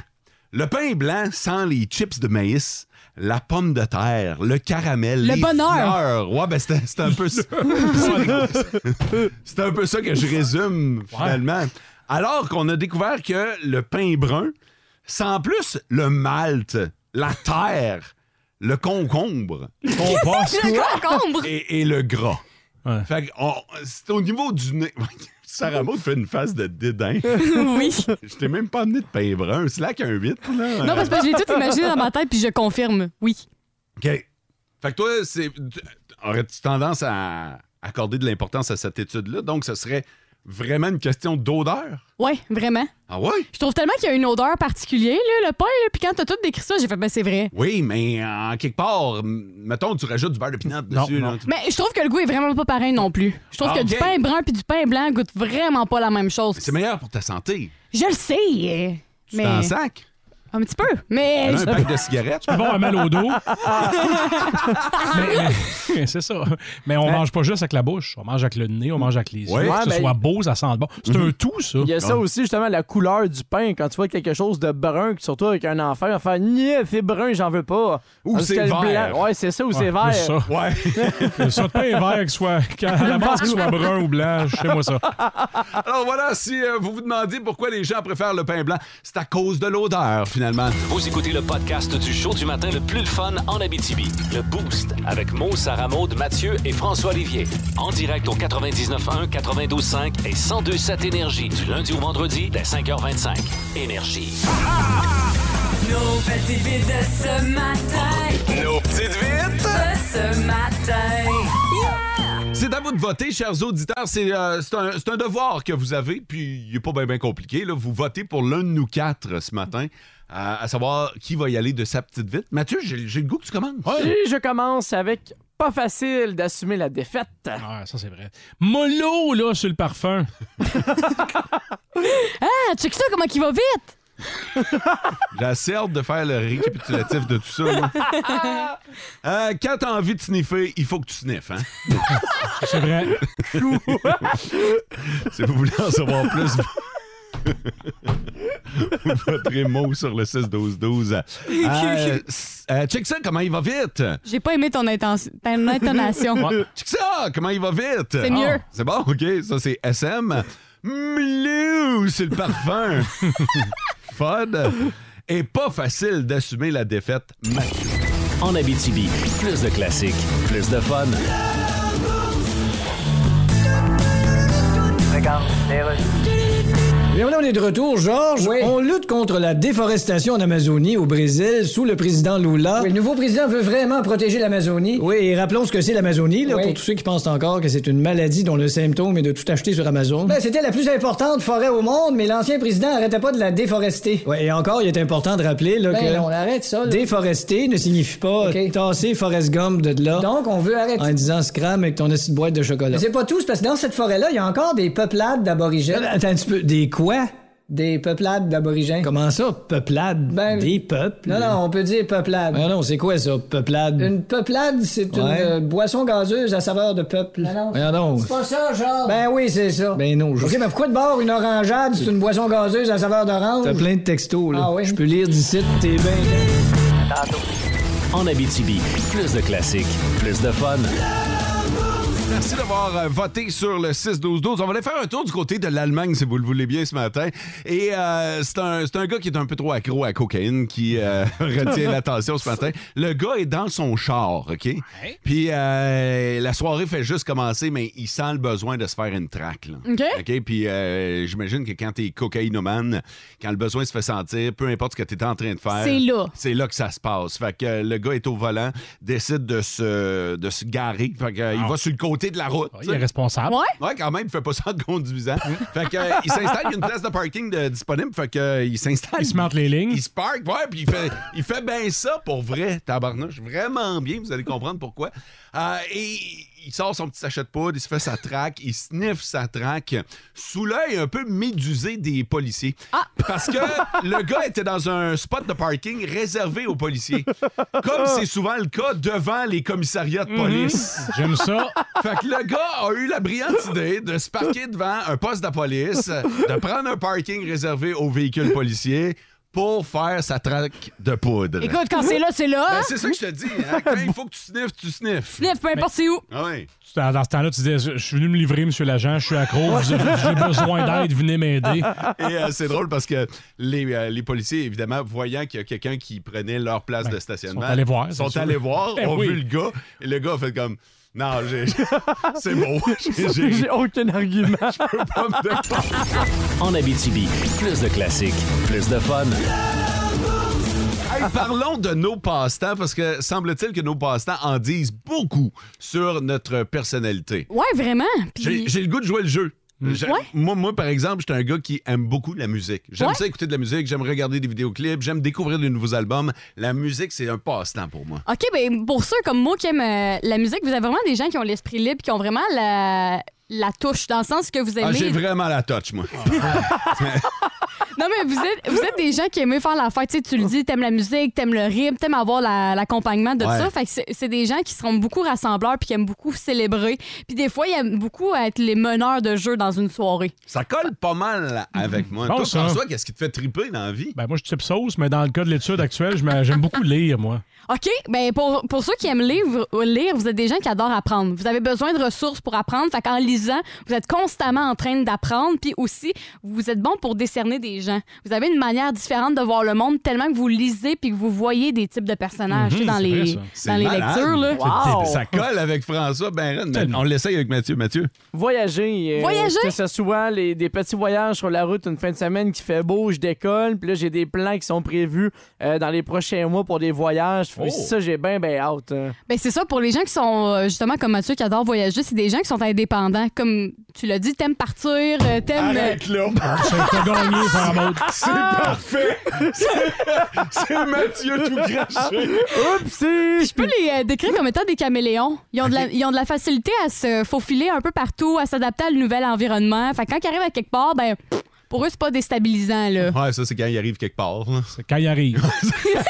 Speaker 3: Le pain blanc sent les chips de maïs, la pomme de terre, le caramel,
Speaker 12: Le
Speaker 3: les
Speaker 12: bonheur.
Speaker 3: fleurs. Ouais, ben c'était c'était un peu ça. C'est un peu ça que je résume finalement. Alors qu'on a découvert que le pain brun, sans plus le malt, la terre, le concombre,
Speaker 4: compost.
Speaker 5: Le concombre.
Speaker 3: et, et le gras. Fait que on- c'est au niveau du nez. Sarah Maud fait une face de dédain.
Speaker 5: Oui.
Speaker 3: Je t'ai même pas amené de pain brun. C'est là qu'un 8, là.
Speaker 5: Non, parce que je l'ai tout imaginé dans ma tête, puis je confirme, oui.
Speaker 3: OK. Fait que toi, c'est... aurais-tu tendance à accorder de l'importance à cette étude-là? Donc, ce serait vraiment une question d'odeur?
Speaker 5: Ouais, vraiment.
Speaker 3: Ah ouais?
Speaker 5: Je trouve tellement qu'il y a une odeur particulière, là, le pain, là, puis quand t'as tout décrit ça, j'ai fait, ben c'est vrai.
Speaker 3: Oui, mais en quelque part, m- mettons, tu rajoutes du beurre de pinot dessus. là.
Speaker 5: Mais je trouve que le goût est vraiment pas pareil non plus. Je trouve
Speaker 3: Ah,
Speaker 5: que du
Speaker 3: ok.
Speaker 5: pain brun puis du pain blanc goûtent vraiment pas la même chose.
Speaker 3: C'est meilleur pour ta santé.
Speaker 5: Je le sais. euh,
Speaker 3: Tu
Speaker 5: mais...
Speaker 3: t'en sac?
Speaker 5: Un petit peu, mais...
Speaker 3: Elle a un pack de cigarettes.
Speaker 4: Tu peux avoir un mal au dos. Mais- mais- c'est ça. Mais on mange pas juste avec la bouche. On mange avec le nez, on mange avec les yeux.
Speaker 6: Ouais, ben,
Speaker 4: que ce
Speaker 6: mais-
Speaker 4: soit beau, ça sente bon. C'est
Speaker 11: Mhm.
Speaker 4: un tout, ça.
Speaker 6: Il y a ça aussi, justement, la couleur du pain. Quand tu vois quelque chose de brun, que surtout avec un enfant, il va faire Niais, c'est brun, j'en veux pas.
Speaker 4: Ou
Speaker 6: Tandis
Speaker 4: c'est
Speaker 6: que le
Speaker 4: vert.
Speaker 6: blanc- Ouais, c'est ça, ou
Speaker 4: Ouais,
Speaker 6: c'est vert.
Speaker 4: c'est ça.
Speaker 3: Ouais.
Speaker 4: Le sort de pain est vert, que soit, qu'à la base, qu'il soit brun ou blanc, chez moi ça.
Speaker 3: Alors voilà, si euh, vous vous demandez pourquoi les gens préfèrent le pain blanc, c'est à cause de l'odeur, finalement.
Speaker 2: Vous écoutez le podcast du show du matin le plus le fun en Abitibi. Le Boost avec Mo, Sarah Maud, Mathieu et François Olivier. En direct au 99.1, 92.5 et 102.7 Énergie du lundi au vendredi dès 5h25. Énergie.
Speaker 12: Nos petites vites de ce matin. Nos petites vites de ce matin.
Speaker 3: C'est à vous de voter, chers auditeurs. C'est euh, c'est un, c'est un devoir que vous avez, puis il n'est pas bien compliqué. là. Vous votez pour l'un de nous quatre euh, ce matin, euh, à savoir qui va y aller de sa petite vite. Mathieu, j'ai j'ai le goût que tu commences.
Speaker 6: Et je commence avec Pas facile d'assumer la défaite.
Speaker 4: Ah, ça, c'est vrai. Mollo, là, sur le parfum.
Speaker 5: Ah, check ça, comment qu'il va vite!
Speaker 3: J'ai assez hâte de faire le récapitulatif de tout ça. moi. Euh, quand t'as envie de sniffer, il faut que tu sniffes. Hein?
Speaker 4: C'est vrai.
Speaker 3: si vous voulez en savoir plus, vous voterez mot sur le 6-12-12. Euh, s- euh, check ça, comment il va vite.
Speaker 5: J'ai pas aimé ton, inten- ton intonation.
Speaker 3: Ouais. Check ça, comment il va vite.
Speaker 5: C'est mieux.
Speaker 3: Ah, c'est bon, OK. Ça, c'est SM. Mlou, c'est le parfum. Fod. Et pas facile d'assumer la défaite. Mathieu.
Speaker 2: En Abitibi, plus de classiques, plus de fun.
Speaker 10: Bien, voilà, on est de retour, Georges. On lutte contre la déforestation en Amazonie, au Brésil, sous le président Lula. le nouveau président veut vraiment protéger l'Amazonie. Oui, et rappelons ce que c'est l'Amazonie, là, pour tous ceux qui pensent encore que c'est une maladie dont le symptôme est de tout acheter sur Amazon.
Speaker 13: Ben, c'était la plus importante forêt au monde, mais l'ancien président arrêtait pas de la déforester.
Speaker 10: Oui, et encore, il est important de rappeler là,
Speaker 13: Ben
Speaker 10: que
Speaker 13: non, arrête ça. là.
Speaker 10: déforester ne signifie pas tasser Forrest Gump de là
Speaker 13: Donc, on veut arrêter.
Speaker 10: en disant scram avec ton assiette de boîte de
Speaker 13: Mais
Speaker 10: chocolat.
Speaker 13: c'est pas tout, c'est parce que dans cette forêt-là, il y a encore des peuplades d'aborigènes.
Speaker 10: Attends un petit peu, des quoi?
Speaker 13: Des peuplades d'aborigènes.
Speaker 10: Comment ça, peuplade?
Speaker 13: Ben,
Speaker 10: Des peuples?
Speaker 13: Non, non, on peut dire peuplade.
Speaker 10: Ah non, c'est quoi ça, peuplade?
Speaker 13: Une peuplade, c'est une
Speaker 10: Ouais. Ah
Speaker 13: euh, boisson gazeuse à saveur de peuple.
Speaker 10: Voyons donc.
Speaker 13: Ah pas ça, genre. Ben oui, c'est ça. Ben non, OK, mais pourquoi de bord une orangeade, c'est une boisson gazeuse à saveur d'orange?
Speaker 10: T'as plein de textos, là.
Speaker 13: Ah oui.
Speaker 10: Je peux lire d'ici, t'es bien.
Speaker 2: En Abitibi, plus de classiques, plus de fun.
Speaker 3: Merci d'avoir euh, voté sur le 6-12-12. On va aller faire un tour du côté de l'Allemagne, si vous le voulez bien, ce matin. Et euh, c'est un, c'est un gars qui est un peu trop accro à la cocaïne qui euh, retient l'attention ce matin. Le gars est dans son char, OK? Puis euh, la soirée fait juste commencer, mais il sent le besoin de se faire une traque. là.
Speaker 5: OK.
Speaker 3: OK? Puis euh, j'imagine que quand t'es cocaïnomane, quand le besoin se fait sentir, peu importe ce que t'es en train de faire...
Speaker 5: C'est là.
Speaker 3: C'est là que ça se passe. Fait que euh, le gars est au volant, décide de se, de se garer. Fait que, euh, il va sur le côté de la route.
Speaker 4: Il est responsable.
Speaker 3: Ouais, quand même, il fait pas ça en conduisant. fait que, euh, il s'installe, il y a une place de parking de- disponible. Fait que, euh, il s'installe. Il se
Speaker 4: monte les lignes.
Speaker 3: Il se parque, ouais, puis il fait, il fait bien ça pour vrai, tabarnouche. Vraiment bien, vous allez comprendre pourquoi. Euh, et il sort son petit sachet de poudre, il se fait sa traque, il sniffe sa traque sous l'œil un peu médusé des policiers. Parce que le gars était dans un spot de parking réservé aux policiers. Comme c'est souvent le cas devant les commissariats de police.
Speaker 4: Mhm. J'aime ça.
Speaker 3: Fait que le gars a eu la brillante idée de se parquer devant un poste de police, de prendre un parking réservé aux véhicules policiers pour faire sa traque de poudre.
Speaker 5: Écoute, quand c'est là, c'est là.
Speaker 3: Ben, c'est ça que je te dis. hein. Quand il faut que tu sniffes, tu sniffes.
Speaker 5: Sniff, peu importe
Speaker 3: Mais-
Speaker 5: c'est où.
Speaker 3: Ah ouais.
Speaker 4: Tu- Dans, dans ce temps-là, tu disais, je je suis venu me livrer, monsieur l'agent, je suis accro, vous- j'ai besoin d'aide, venez m'aider.
Speaker 3: Et euh, c'est drôle parce que les, euh, les policiers, évidemment, voyant qu'il y a quelqu'un qui prenait leur place de stationnement,
Speaker 4: sont allés voir, c'est
Speaker 3: sont
Speaker 4: sûr.
Speaker 3: Ben, allés voir,
Speaker 4: Ben
Speaker 3: ont
Speaker 4: oui.
Speaker 3: vu le gars, et le gars a fait comme. Non, j'ai. c'est bon.
Speaker 6: J'ai aucun argument.
Speaker 2: En Abitibi, plus de classiques, plus de fun.
Speaker 3: Hey, parlons de nos passe-temps parce que semble-t-il que nos passe-temps en disent beaucoup sur notre personnalité.
Speaker 5: Ouais, vraiment. Puis-
Speaker 3: J'ai j'ai le goût de jouer le jeu. J'ai- Moi, moi, par exemple, j'étais un gars qui aime beaucoup la musique. J'aime
Speaker 5: Ouais.
Speaker 3: ça écouter de la musique, j'aime regarder des vidéoclips, j'aime découvrir de nouveaux albums. La musique, c'est un passe-temps pour moi.
Speaker 5: OK, ben pour ceux comme moi qui aiment euh, la musique, vous avez vraiment des gens qui ont l'esprit libre, qui ont vraiment la, la touche, dans le sens que vous aimez.
Speaker 3: Ah, J'ai vraiment la touch, moi.
Speaker 5: Non, mais vous êtes, vous êtes des gens qui aiment faire la fête. Tu sais, tu le dis, t'aimes la musique, t'aimes le rythme, t'aimes avoir la- l'accompagnement de
Speaker 14: Ouais.
Speaker 5: ça. Fait que c'est- c'est des gens qui seront beaucoup rassembleurs puis qui aiment beaucoup célébrer. Puis des fois, ils aiment beaucoup être les meneurs de jeu dans une soirée.
Speaker 3: ça colle pas mal avec moi.
Speaker 4: Bon,
Speaker 3: Toi,
Speaker 4: ça.
Speaker 3: François, qu'est-ce qui te fait triper dans la vie?
Speaker 4: Ben, moi, je type sauce, mais dans le cas de l'étude actuelle, je me- j'aime beaucoup lire, moi.
Speaker 5: OK, ben pour, pour ceux qui aiment lire, lire, vous êtes des gens qui adorent apprendre. Vous avez besoin de ressources pour apprendre. Fait qu'en lisant, vous êtes constamment en train d'apprendre. Puis aussi, vous êtes bon pour décerner des gens. Vous avez une manière différente de voir le monde tellement que vous lisez puis que vous voyez des types de personnages tu sais, dans les,
Speaker 3: Mhm, C'est
Speaker 5: dans les
Speaker 3: malade.
Speaker 5: lectures. Là.
Speaker 3: C'est- Ça colle avec François Benren. mais On l'essaye avec Mathieu. Mathieu.
Speaker 6: Voyager. euh,
Speaker 5: Voyager?
Speaker 6: Que ce soit les- des petits voyages sur la route une fin de semaine qui fait beau, je décolle, puis là, j'ai des plans qui sont prévus euh, dans les prochains mois pour des voyages. Puis
Speaker 5: Oh.
Speaker 6: Ça, j'ai bien, bien hâte. hein.
Speaker 5: Ben c'est ça, pour les gens qui sont euh, justement comme Mathieu qui adorent voyager, c'est des gens qui sont indépendants. Comme tu l'as dit, t'aimes partir, euh, t'aimes.
Speaker 3: Arrête là.
Speaker 4: T'as gagné, ça monte.
Speaker 3: C'est parfait. C'est- C'est Mathieu tout craché.
Speaker 5: Je peux les euh, décrire comme étant des caméléons. Ils ont, de la, ils ont de la facilité à se faufiler un peu partout, à s'adapter à le nouvel environnement. Fait que quand ils arrivent à quelque part, ben. pff, Pour eux, c'est pas déstabilisant, là.
Speaker 3: Ouais, ça, c'est quand il arrive quelque part. C'est
Speaker 4: quand il arrive.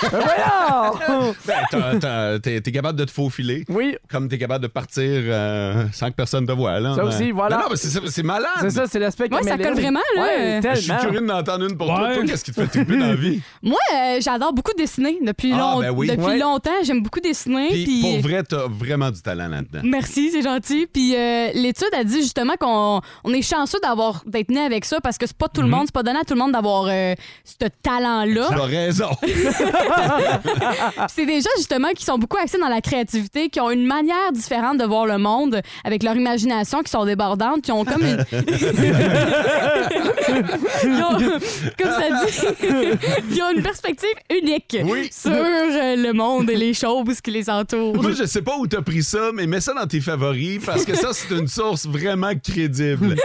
Speaker 5: Ben voyons!
Speaker 3: Ben, t'as- t'as- t'es t'es capable de te faufiler.
Speaker 6: Oui.
Speaker 3: Comme t'es capable de partir euh, sans que personne te voie. Là.
Speaker 6: Ça
Speaker 3: Ben-
Speaker 6: aussi, voilà.
Speaker 3: Non, non, mais c'est- c'est c'est malade.
Speaker 6: C'est ça, c'est l'aspect
Speaker 5: Ouais, ça
Speaker 6: caméléon.
Speaker 5: colle vraiment, là.
Speaker 6: Ouais,
Speaker 3: Je suis
Speaker 6: tellement.
Speaker 3: curieux d'entendre une pour toi.
Speaker 6: Ouais.
Speaker 3: Toi, qu'est-ce qui te fait triper dans la vie?
Speaker 5: Moi, euh, j'adore beaucoup dessiner. Depuis,
Speaker 3: Ah,
Speaker 5: long-
Speaker 3: ben oui.
Speaker 5: depuis
Speaker 3: Ouais.
Speaker 5: longtemps, j'aime beaucoup dessiner.
Speaker 3: Puis
Speaker 5: puis-
Speaker 3: pour vrai, t'as vraiment du talent là-dedans.
Speaker 5: Merci, c'est gentil. Puis euh, l'étude a dit justement qu'on on est chanceux d'avoir d'être né avec ça parce que c'est pas
Speaker 3: Mm-hmm.
Speaker 5: tout le monde, c'est pas donné à tout le monde d'avoir euh, ce talent-là.
Speaker 3: Tu as raison.
Speaker 5: Puis c'est des gens justement qui sont beaucoup axés dans la créativité, qui ont une manière différente de voir le monde avec leur imagination, qui sont débordantes, qui ont comme une... Ils ont- comme ça dit, ils ont une perspective unique sur euh, le monde et les choses qui les entourent.
Speaker 3: Moi, je sais pas où t'as pris ça, mais mets ça dans tes favoris parce que ça, c'est une source vraiment crédible.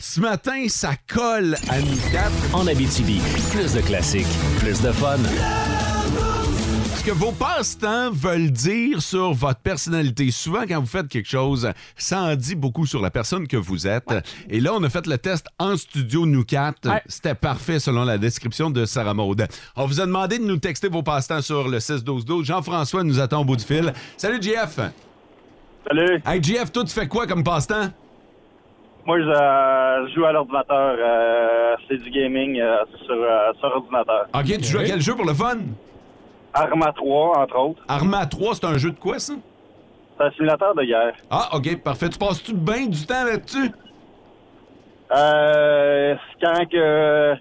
Speaker 3: Ce matin, ça colle à nous quatre.
Speaker 2: En Abitibi, plus de classiques, plus de fun.
Speaker 3: Ce que vos passe-temps veulent dire sur votre personnalité. Souvent, quand vous faites quelque chose, ça en dit beaucoup sur la personne que vous êtes. Et là, on a fait le test en studio, nous quatre. C'était parfait selon la description de Sarah Maude. On vous a demandé de nous texter vos passe-temps sur le 6-12-12. Jean-François nous attend au bout du fil. Salut, JF.
Speaker 14: Salut.
Speaker 3: Hey, JF, toi, tu fais quoi comme passe-temps?
Speaker 14: Moi, je euh, joue à l'ordinateur. euh, c'est du gaming euh, sur, euh, sur ordinateur.
Speaker 3: OK, tu joues à quel jeu pour le fun?
Speaker 14: Arma 3, entre autres.
Speaker 3: Arma 3, c'est un jeu de quoi, ça?
Speaker 14: C'est un simulateur de guerre.
Speaker 3: Ah, OK, parfait. Tu passes-tu bien du temps là-dessus?
Speaker 14: Euh, c'est quand que...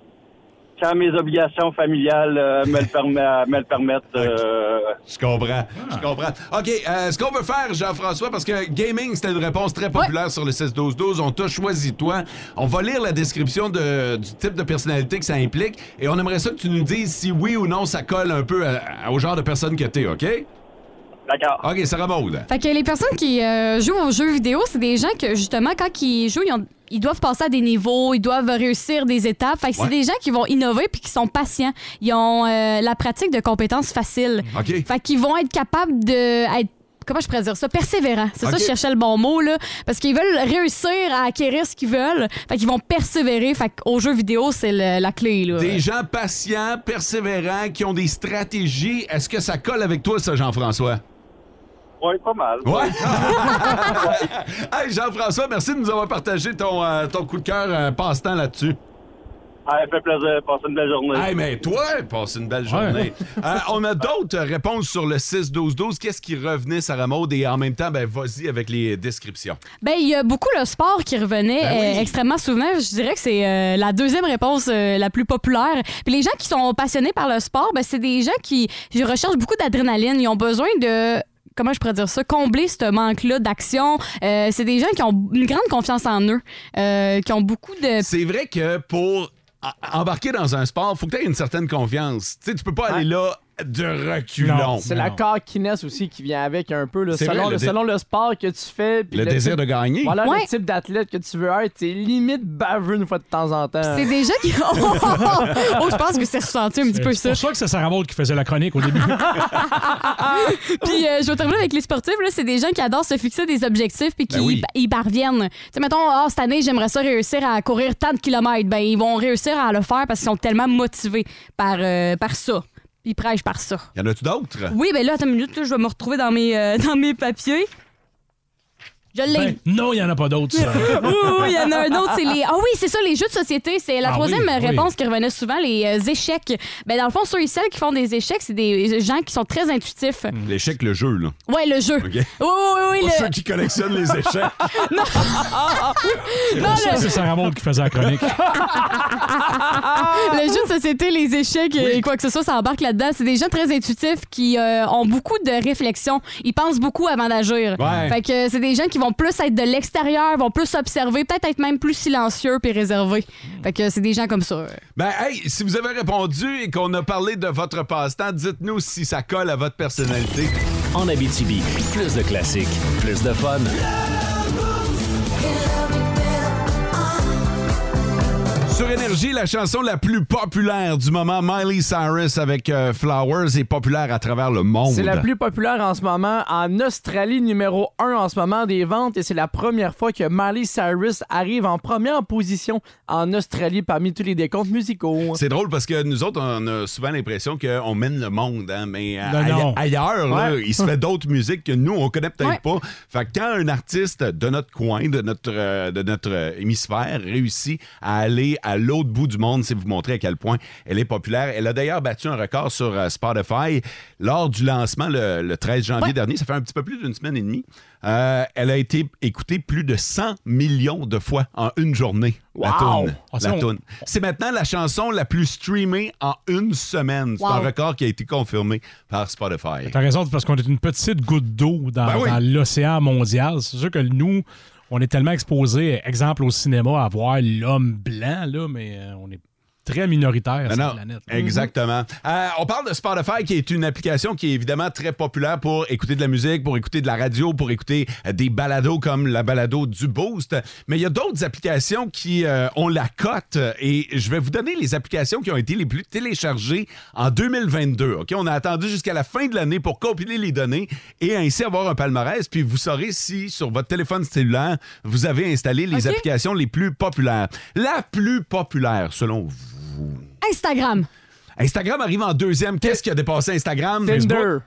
Speaker 14: Quand mes obligations familiales euh, me, le permet- me le permettent. euh,
Speaker 3: Je comprends. Je comprends. OK, euh, ce qu'on veut faire, Jean-François, parce que gaming, c'était une réponse très populaire sur le 16-12-12. On t'a choisi, toi. On va lire la description de- du type de personnalité que ça implique et on aimerait ça que tu nous dises si oui ou non ça colle un peu à- à- au genre de personne que t'es, OK?
Speaker 14: D'accord.
Speaker 3: OK, Sarah Maud.
Speaker 5: Fait que les personnes qui euh, jouent aux jeux vidéo, c'est des gens que, justement, quand ils jouent, ils, ont- ils doivent passer à des niveaux, ils doivent réussir des étapes. Fait que
Speaker 12: Ouais.
Speaker 5: c'est des gens qui vont innover puis qui sont patients. Ils ont euh, la pratique de compétences faciles.
Speaker 12: OK.
Speaker 5: Fait qu'ils vont être capables de être Comment je pourrais dire ça? Persévérants. C'est ça,
Speaker 12: OK.
Speaker 5: je cherchais le bon mot, là. Parce qu'ils veulent réussir à acquérir ce qu'ils veulent. Fait qu'ils vont persévérer. Fait qu'aux jeux vidéo, c'est le- la clé, là.
Speaker 3: Des gens patients, persévérants, qui ont des stratégies. Est-ce que ça colle avec toi, ça, Jean-François?
Speaker 14: ouais, pas mal.
Speaker 3: Ouais. hey, Jean-François, merci de nous avoir partagé ton, euh, ton coup de cœur euh, passe-temps là-dessus.
Speaker 14: Ah, fait plaisir. Passez une belle journée.
Speaker 3: Hey, mais toi, passe une belle journée. Euh, on a d'autres réponses sur le 6-12-12. Qu'est-ce qui revenait, Sarah Maud? Et en même temps, ben, vas-y avec les descriptions.
Speaker 5: Ben, il y a beaucoup le sport qui revenait
Speaker 3: Ben oui.
Speaker 5: euh, extrêmement souvent. Je dirais que c'est euh, la deuxième réponse euh, la plus populaire. Puis les gens qui sont passionnés par le sport, ben, c'est des gens qui qui recherchent beaucoup d'adrénaline. Ils ont besoin de comment je pourrais dire ça, combler ce manque-là d'action. Euh, c'est des gens qui ont une grande confiance en eux, euh, qui ont beaucoup de...
Speaker 3: C'est vrai que pour a- embarquer dans un sport, faut que tu aies une certaine confiance. Tu sais, tu peux pas aller là de reculons.
Speaker 6: C'est la coquinesse aussi qui vient avec un peu. là.
Speaker 3: C'est
Speaker 6: selon,
Speaker 3: vrai, le
Speaker 6: le,
Speaker 3: dé-
Speaker 6: selon le sport que tu fais. puis
Speaker 3: Le désir de gagner.
Speaker 6: Voilà
Speaker 3: Ouais.
Speaker 6: le type d'athlète que tu veux être. T'es limite baveux une fois de temps en temps.
Speaker 5: C'est des gens qui... oh, je pense que c'est ressenti un petit peu
Speaker 4: C'est
Speaker 5: ça.
Speaker 4: pour ça que c'est Sarah Maud qui faisait la chronique au début.
Speaker 5: puis euh, je vais terminer avec les sportifs. Là, c'est des gens qui adorent se fixer des objectifs puis qui
Speaker 4: Ben oui.
Speaker 5: y parviennent. Tu sais, mettons, Ah, cette année, j'aimerais ça réussir à courir tant de kilomètres. Ben, ils vont réussir à le faire parce qu'ils sont tellement motivés par, euh, par ça. Ils prêchent par ça.
Speaker 3: Y en a-tu d'autres?
Speaker 5: Oui, ben là, attends une minute, là, je vais me retrouver dans mes, euh, dans mes papiers. Je l'ai.
Speaker 4: Ben, non, il n'y en a pas d'autres, ça.
Speaker 5: Oui, oui, il y en a un autre, c'est les. Ah oui, c'est ça, les jeux de société. C'est la
Speaker 4: Ah
Speaker 5: troisième
Speaker 4: oui, oui.
Speaker 5: réponse qui revenait souvent, les euh, échecs. Ben, dans le fond, ceux et celles qui font des échecs, c'est des euh, gens qui sont très intuitifs.
Speaker 3: L'échec, le jeu, là.
Speaker 5: Ouais, le jeu.
Speaker 3: Hmm. OK?
Speaker 5: Oui, oui, oui.
Speaker 3: Pour
Speaker 5: le-
Speaker 3: ceux qui collectionnent les échecs.
Speaker 5: non. non,
Speaker 3: Ah,
Speaker 4: ça,
Speaker 5: le...
Speaker 4: c'est Sarah Maud qui faisait la chronique.
Speaker 5: le jeu de société, les échecs et quoi que ce soit, ça embarque là-dedans. C'est des gens très intuitifs qui euh, ont beaucoup de réflexion. Ils pensent beaucoup avant d'agir.
Speaker 12: Ouais.
Speaker 5: Fait que euh, c'est des gens qui vont plus être de l'extérieur, vont plus observer, peut-être être même plus silencieux puis réservés. Fait que euh, c'est des gens comme ça.
Speaker 3: Ben, hey, si vous avez répondu et qu'on a parlé de votre passe-temps, dites-nous si ça colle à votre personnalité.
Speaker 2: En Abitibi, plus de classiques, plus de fun.
Speaker 3: Sur Énergie, la chanson la plus populaire du moment, Miley Cyrus avec euh, Flowers, est populaire à travers le monde.
Speaker 6: C'est la plus populaire en ce moment. En Australie, numéro 1 en ce moment des ventes. Et c'est la première fois que Miley Cyrus arrive en première position en Australie parmi tous les décomptes musicaux.
Speaker 3: C'est drôle parce que nous autres, on a souvent l'impression qu'on mène le monde, hein, mais euh,
Speaker 6: Ben
Speaker 3: aille-
Speaker 6: non.
Speaker 3: ailleurs, là,
Speaker 6: Ouais.
Speaker 3: il se fait d'autres musiques que nous, on connaît peut-être pas. Fait que quand un artiste de notre coin, de notre, euh, de notre euh, hémisphère, réussit à aller à l'autre bout du monde, c'est vous montrer à quel point elle est populaire. Elle a d'ailleurs battu un record sur euh, Spotify lors du lancement le, le 13 janvier dernier. Ça fait un petit peu plus d'une semaine et demie. Euh, elle a été écoutée plus de 100 millions de fois en une journée. La
Speaker 6: Wow!
Speaker 3: toune.
Speaker 6: Ah, ça,
Speaker 3: La
Speaker 6: on-
Speaker 3: toune. C'est maintenant la chanson la plus streamée en une semaine. C'est
Speaker 4: Wow.
Speaker 3: un record qui a été confirmé par Spotify.
Speaker 4: T'as raison, c'est parce qu'on est une petite goutte d'eau dans,
Speaker 3: Ben oui.
Speaker 4: dans l'océan mondial. C'est sûr que nous, on est tellement exposés, exemple au cinéma, à voir l'homme blanc, là, mais euh, on est très minoritaire
Speaker 3: Non,
Speaker 4: sur
Speaker 3: Ben non,
Speaker 4: la planète.
Speaker 3: Exactement. Euh, on parle de Spotify, qui est une application qui est évidemment très populaire pour écouter de la musique, pour écouter de la radio, pour écouter euh, des balados comme la balado du Boost. Mais il y a d'autres applications qui euh, ont la cote et je vais vous donner les applications qui ont été les plus téléchargées en 2022. OK? On a attendu jusqu'à la fin de l'année pour compiler les données et ainsi avoir un palmarès. Puis vous saurez si sur votre téléphone cellulaire, vous avez installé les
Speaker 5: OK.
Speaker 3: applications les plus populaires. La plus populaire, selon vous.
Speaker 5: Instagram.
Speaker 3: Instagram arrive en deuxième. Qu'est-ce qui a dépassé Instagram?
Speaker 5: Tinder.
Speaker 3: Facebook?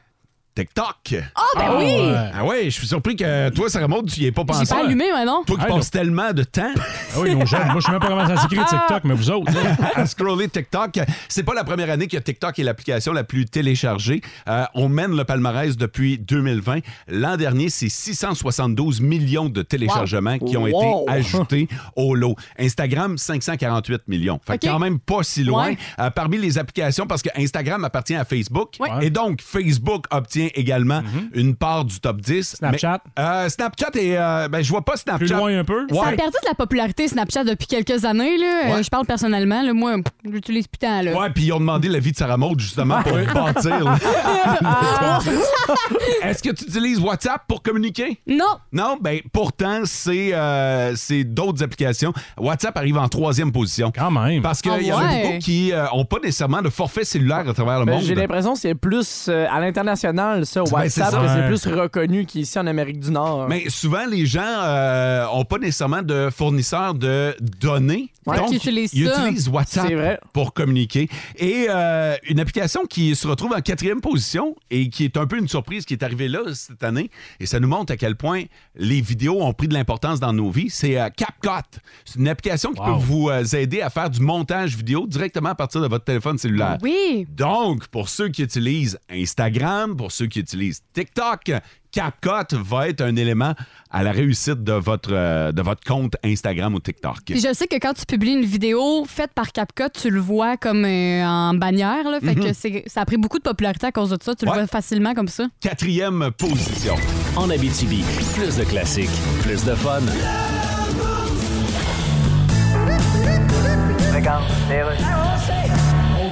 Speaker 3: TikTok.
Speaker 5: Ah, ben Ah, oui! ouais.
Speaker 3: Ah ouais, je suis surpris que toi, Sarah Maud, tu y aies pas pensé.
Speaker 5: J'ai pas allumé, mais non.
Speaker 3: Toi qui
Speaker 5: Ah,
Speaker 3: passes tellement de temps.
Speaker 4: Ah oui, nos jeunes. Moi, je sais même pas comment ça s'écrit,
Speaker 3: Ah.
Speaker 4: TikTok, mais vous autres, là.
Speaker 3: à scroller TikTok. C'est pas la première année que TikTok est l'application la plus téléchargée. Euh, on mène le palmarès depuis 2020. L'an dernier, c'est 672 millions de téléchargements
Speaker 15: Wow.
Speaker 3: qui ont
Speaker 15: Wow.
Speaker 3: été ajoutés au lot. Instagram, 548 millions. Fait que
Speaker 15: OK.
Speaker 3: quand même pas si loin.
Speaker 15: Ouais.
Speaker 3: Euh, parmi les applications, parce que Instagram appartient à Facebook. Et donc, Facebook obtient également une part du top 10.
Speaker 4: Snapchat?
Speaker 3: Mais, euh, Snapchat, et, ben, je vois pas Snapchat.
Speaker 4: Plus loin un peu?
Speaker 5: Ça a
Speaker 3: Ouais.
Speaker 5: perdu de la popularité Snapchat depuis quelques années. Là. Euh,
Speaker 3: Ouais.
Speaker 5: je parle personnellement. Là, moi, j'utilise plus tant. Là.
Speaker 3: Ouais, puis ils ont demandé l'avis de Sarah Maud justement pour bâtir. là.
Speaker 5: Ah.
Speaker 3: Est-ce que tu utilises WhatsApp pour communiquer?
Speaker 5: Non.
Speaker 3: Non, ben pourtant, c'est euh, c'est d'autres applications. WhatsApp arrive en troisième position. Quand
Speaker 4: même.
Speaker 3: Parce qu'il
Speaker 6: Ah
Speaker 3: y en a
Speaker 6: ouais.
Speaker 3: beaucoup qui n'ont pas nécessairement de forfait cellulaire à travers le
Speaker 6: Ben,
Speaker 3: monde.
Speaker 6: J'ai l'impression que c'est plus euh, à l'international, ça,
Speaker 3: Ben, c'est
Speaker 6: WhatsApp,
Speaker 3: ça.
Speaker 6: que c'est
Speaker 3: Ouais.
Speaker 6: plus reconnu qu'ici en Amérique du Nord.
Speaker 3: Mais souvent, les gens n'ont pas nécessairement de fournisseur de données.
Speaker 6: Ouais.
Speaker 3: Donc,
Speaker 6: Qui utilisent
Speaker 3: ils
Speaker 6: ça.
Speaker 3: utilisent WhatsApp
Speaker 6: C'est vrai.
Speaker 3: pour communiquer. Et euh, une application qui se retrouve en quatrième position et qui est un peu une surprise qui est arrivée là cette année. Et ça nous montre à quel point les vidéos ont pris de l'importance dans nos vies. C'est euh, CapCut. C'est une application qui
Speaker 15: Wow.
Speaker 3: peut vous euh, aider à faire du montage vidéo directement à partir de votre téléphone cellulaire.
Speaker 5: Oui.
Speaker 3: Donc, pour ceux qui utilisent Instagram, pour ceux qui utilisent TikTok, CapCut va être un élément à la réussite de votre, euh, de votre compte Instagram ou TikTok.
Speaker 5: Puis je sais que quand tu publies une vidéo faite par CapCut, tu le vois comme euh, en bannière. Là, fait
Speaker 3: Mhm.
Speaker 5: que c'est- ça a pris beaucoup de popularité à cause de ça. Tu le vois facilement comme ça.
Speaker 3: Quatrième position.
Speaker 2: En Abitibi, plus de classiques, plus de fun.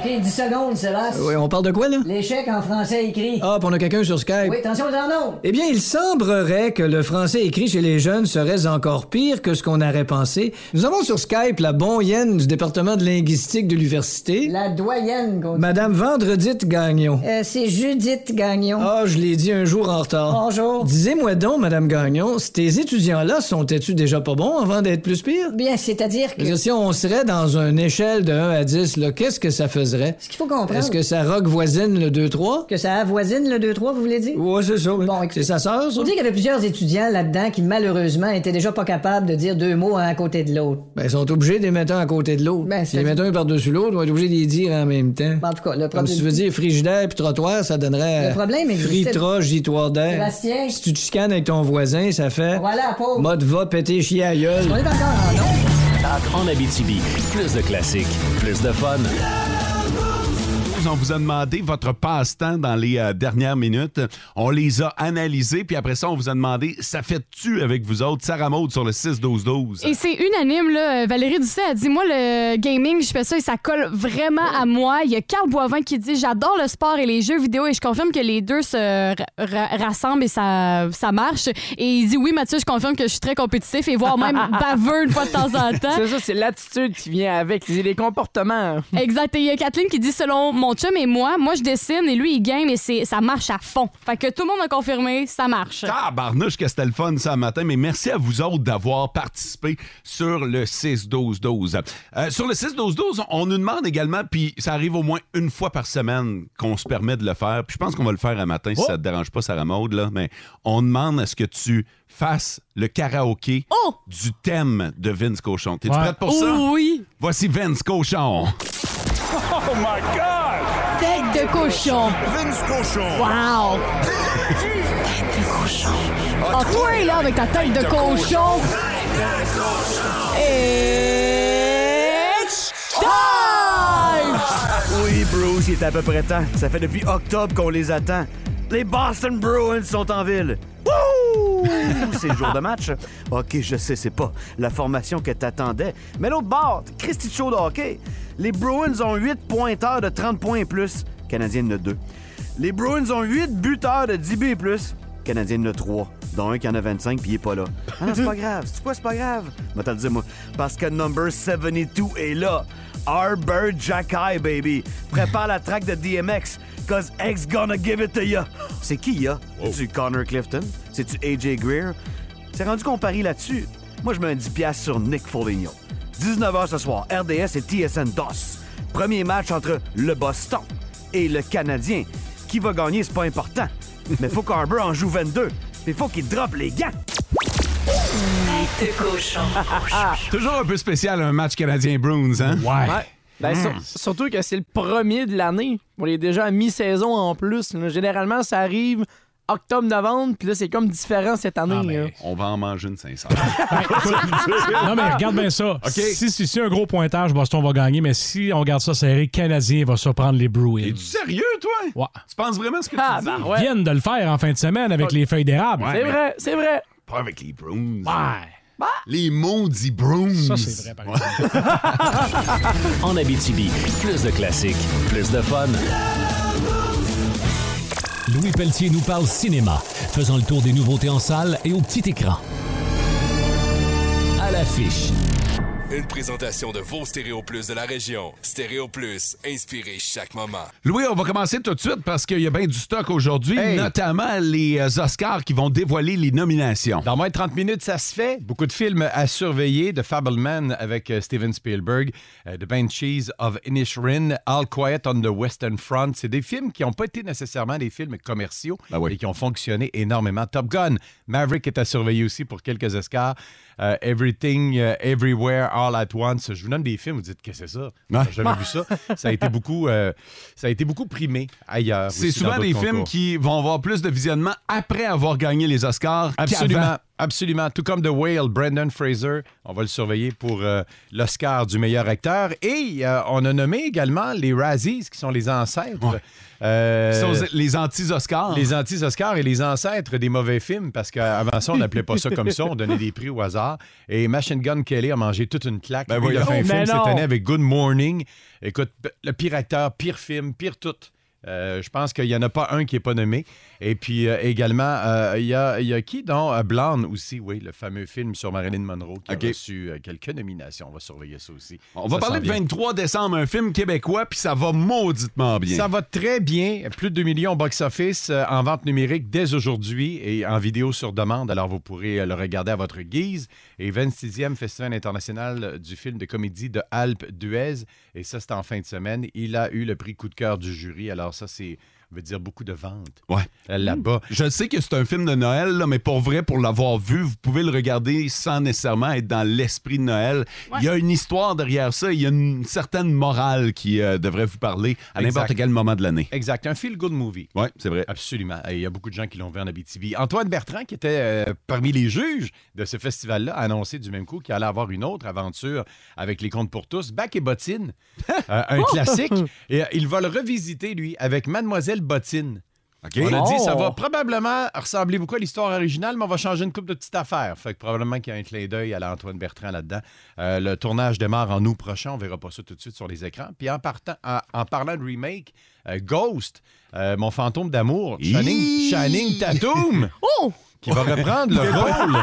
Speaker 13: OK, 10 secondes, Sébastien.
Speaker 16: Oui, on parle de quoi, là?
Speaker 13: L'échec en français écrit.
Speaker 16: Ah, puis on a quelqu'un sur Skype.
Speaker 13: Oui, attention aux annonces.
Speaker 16: Eh bien, il semblerait que le français écrit chez les jeunes serait encore pire que ce qu'on aurait pensé. Nous avons sur Skype la bonne du département de linguistique de l'université,
Speaker 13: La doyenne, qu'on dit.
Speaker 16: Madame Vendredite Gagnon.
Speaker 13: Euh, c'est Judith Gagnon.
Speaker 16: Ah, je l'ai dit un jour en retard.
Speaker 13: Bonjour.
Speaker 16: Disez-moi donc, Madame Gagnon, ces étudiants-là sont-ils déjà pas bons avant d'être plus pires?
Speaker 13: Bien, c'est-à-dire
Speaker 16: Je
Speaker 13: que...
Speaker 16: veux dire, Si on serait dans une échelle de 1 à 10, là, qu'est-ce que ça faisait?
Speaker 13: Ce qu'il faut comprendre...
Speaker 16: Est-ce que ça rock voisine le 2-3?
Speaker 13: Que ça avoisine le 2-3, vous voulez dire?
Speaker 16: Ouais, c'est ça. oui. c'est sa sœur, ça?
Speaker 13: On dit qu'il y avait plusieurs étudiants là-dedans qui, malheureusement, étaient déjà pas capables de dire deux mots un à côté de l'autre.
Speaker 16: Ben, ils sont obligés de les mettre un à côté de l'autre.
Speaker 13: Ben,
Speaker 16: Si les
Speaker 13: c'est-
Speaker 16: mettent un par-dessus l'autre, ils vont être obligés de les dire en même temps.
Speaker 13: En tout cas, le problème...
Speaker 16: Comme si tu veux dire frigidaire puis trottoir, ça donnerait.
Speaker 13: Le problème existait-
Speaker 16: Fritra, gitoire d'air.
Speaker 13: Sébastien?
Speaker 16: Si tu te chicanes avec ton voisin, ça fait.
Speaker 13: Voilà, pauvre.
Speaker 16: Mode va péter chier à gueule.
Speaker 13: On est encore en onde.
Speaker 2: En Abitibi, plus de classiques, plus de fun.
Speaker 3: choses. On vous a demandé votre passe-temps dans les euh, dernières minutes. On les a analysés, puis après ça, on vous a demandé ça fait-tu avec vous autres? Sarah Maud sur le 6-12-12.
Speaker 5: Et c'est unanime, là. Valérie Doucet a dit Moi, le gaming, je fais ça et ça colle vraiment à moi. Il y a Carl Boivin qui dit J'adore le sport et les jeux vidéo et je confirme que les deux se ra- ra- rassemblent et ça, ça marche. Et il dit Oui, Mathieu, je confirme que je suis très compétitif et voire même baveux une fois de temps en temps.
Speaker 6: C'est ça, c'est l'attitude qui vient avec, c'est les comportements.
Speaker 5: Exact. Et il y a Kathleen qui dit Selon mon chum et moi, moi, je dessine et lui, il game et c'est- ça marche à fond. Fait que tout le monde a confirmé Ça marche.
Speaker 3: Ah, barnouche que c'était le fun ça matin, mais merci à vous autres d'avoir participé sur le 6-12-12. Euh, sur le 6-12-12, on nous demande également, puis ça arrive au moins une fois par semaine qu'on se permet de le faire, puis je pense qu'on va le faire un matin si ça te dérange pas, Sarah Maud, là, mais on demande à ce que tu fasses le karaoké du thème de Vince Cochon. T'es-tu
Speaker 12: Ouais.
Speaker 3: prête pour ça?
Speaker 5: Oui.
Speaker 3: Voici Vince Cochon.
Speaker 12: Oh my God!
Speaker 5: Tête de cochon.
Speaker 12: Vince cochon.
Speaker 5: Wow!
Speaker 12: Tête de cochon.
Speaker 5: Ah, toi, là, avec ta tête de cochon.
Speaker 12: It's time!
Speaker 15: Oui, Bruce, il est à peu près temps. Ça fait depuis octobre qu'on les attend. Les Boston Bruins sont en ville. Wouh! C'est le jour de match. OK, je sais, c'est pas la formation que t'attendais. Mais l'autre bord, Christy de show de hockey. Les Bruins ont 8 pointeurs de 30 points et plus. Canadiens en a 2. Les Bruins ont 8 buteurs de 10 buts et plus. Canadiens en a 3. Dont un qui en a 25 puis il est pas là. Ah non, c'est pas grave. C'est quoi, c'est pas grave? Va te le dire, moi. Parce que number 72 est là. Arbor Jackai, baby. Prépare la track de DMX. Cause X gonna give it to ya. C'est qui, ya? C'est-tu Connor Clifton? C'est-tu AJ Greer? C'est rendu qu'on parie là-dessus. Moi, je mets un 10$ piastres sur Nick Foligno. 19h ce soir, RDS et TSN DOS. Premier match entre le Boston et le Canadien. Qui va gagner, c'est pas important. Mais faut qu'Arbor en joue 22. Mais faut qu'il drop les gants.
Speaker 12: Tête de cochon.
Speaker 3: Toujours un peu spécial un match canadien-Bruins, hein?
Speaker 6: Ouais. Ben, sur- surtout que c'est le premier de l'année. On est déjà à mi-saison en plus. là. Généralement, ça arrive octobre-novembre, puis là, c'est comme différent cette année.
Speaker 4: Ah, ben,
Speaker 6: là.
Speaker 3: On va en manger une 500.
Speaker 4: Non, mais regarde bien ça.
Speaker 3: OK.
Speaker 4: Si, si, si un gros pointage, Boston va gagner, mais si on garde ça serré, Canadien va surprendre les Bruins.
Speaker 3: Es-tu sérieux, toi? Tu penses vraiment ce que
Speaker 5: Ah,
Speaker 3: tu dis?
Speaker 5: bah,
Speaker 4: Ils viennent de le faire en fin de semaine avec les feuilles d'érable.
Speaker 3: Ouais, C'est mais- vrai,
Speaker 6: Ah, c'est vrai.
Speaker 3: Pas avec les Bruins.
Speaker 4: Ouais.
Speaker 3: Les maudits Bruins.
Speaker 2: Ça, c'est vrai, en Abitibi, plus de classiques, plus de fun.
Speaker 7: Louis Pelletier nous parle cinéma, faisant le tour des nouveautés en salle et au petit écran. À l'affiche.
Speaker 17: Une présentation de vos Stéréo Plus de la région. Stéréo Plus, inspirez chaque moment.
Speaker 3: Louis, on va commencer tout de suite parce qu'il y a bien du stock aujourd'hui, notamment les euh, Oscars qui vont dévoiler les nominations.
Speaker 18: Dans moins de 30 minutes, ça se fait. Beaucoup de films à surveiller. The Fableman avec euh, Steven Spielberg, euh, The Banshees of Inisherin, All Quiet on the Western Front. C'est des films qui n'ont pas été nécessairement des films commerciaux,
Speaker 3: Ben
Speaker 18: mais qui ont fonctionné énormément. Top Gun, Maverick est à surveiller aussi pour quelques Oscars. Euh, Everything, euh, Everywhere, All at Once. Je vous donne des films, vous dites, qu'est-ce que c'est ça? J'ai jamais vu ça. Ça a été beaucoup, euh, ça a été beaucoup primé ailleurs.
Speaker 3: C'est
Speaker 18: aussi, dans
Speaker 3: souvent
Speaker 18: d'autres
Speaker 3: des films
Speaker 18: concours.
Speaker 3: qui vont avoir plus de visionnement après avoir gagné les Oscars. qu'avant.
Speaker 18: Absolument, absolument. Tout comme The Whale, Brendan Fraser, on va le surveiller pour euh, l'Oscar du meilleur acteur. Et euh, on a nommé également les Razzies, qui sont les ancêtres. euh,
Speaker 3: Qui sont les anti-Oscars.
Speaker 18: Les anti-Oscars et les ancêtres des mauvais films, parce qu'avant ça, on n'appelait pas ça comme ça, on donnait des prix au hasard. Et Machine Gun Kelly a mangé toute une claque.
Speaker 3: Ben
Speaker 18: Lui, il a
Speaker 3: voyons.
Speaker 18: fait un
Speaker 3: Mais
Speaker 18: film cette
Speaker 3: non.
Speaker 18: année avec Good Morning. Écoute, p- le pire acteur, pire film, pire tout. Euh, je pense qu'il n'y en a pas un qui n'est pas nommé. Et puis euh, également, euh, il y, a, il y a qui, dont euh, Blonde aussi, oui, le fameux film sur Marilyn Monroe qui
Speaker 3: OK.
Speaker 18: a reçu euh, quelques nominations. On va surveiller ça aussi.
Speaker 3: On va
Speaker 18: Ça
Speaker 3: parler
Speaker 18: s'en
Speaker 3: de
Speaker 18: vient.
Speaker 3: 23 décembre, un film québécois, puis ça va mauditement bien.
Speaker 18: Ça va très bien. Plus de 2 millions au box-office euh, en vente numérique dès aujourd'hui et en vidéo sur demande. Alors, vous pourrez euh, le regarder à votre guise. Et 26e Festival international euh, du film de comédie de Alpes d'Huez. Et ça, c'est en fin de semaine. Il a eu le prix coup de cœur du jury. Alors, ça, c'est veut dire beaucoup de ventes.
Speaker 3: Ouais.
Speaker 18: Là-bas.
Speaker 3: Je sais que c'est un film de Noël, là, mais pour vrai, pour l'avoir vu, vous pouvez le regarder sans nécessairement être dans l'esprit de Noël. Il y a une histoire derrière ça, il y a une certaine morale qui euh, devrait vous parler à n'importe
Speaker 18: Exact.
Speaker 3: quel moment de l'année.
Speaker 18: Exact. Un feel-good movie.
Speaker 3: Oui, c'est vrai.
Speaker 18: Absolument. Et Il y a beaucoup de gens qui l'ont vu en Abitibi. Antoine Bertrand, qui était euh, parmi les juges de ce festival-là, a annoncé du même coup qu'il allait avoir une autre aventure avec les contes pour tous, Bac et Bottine, Euh, un
Speaker 15: Oh!
Speaker 18: classique. Et euh, il va le revisiter, lui, avec Mademoiselle Bottine. On a
Speaker 15: Oh!
Speaker 18: dit, ça va probablement ressembler beaucoup à l'histoire originale, mais on va changer une coupe de petites affaires. Fait que probablement qu'il y a un clin d'œil à l'Antoine Bertrand là-dedans. Euh, le tournage démarre en août prochain. On verra pas ça tout de suite sur les écrans. Puis en, partant, en, en parlant de remake, euh, Ghost, euh, mon fantôme d'amour, Shining, Shining Tatum.
Speaker 5: Oh!
Speaker 18: Qui va reprendre le rôle.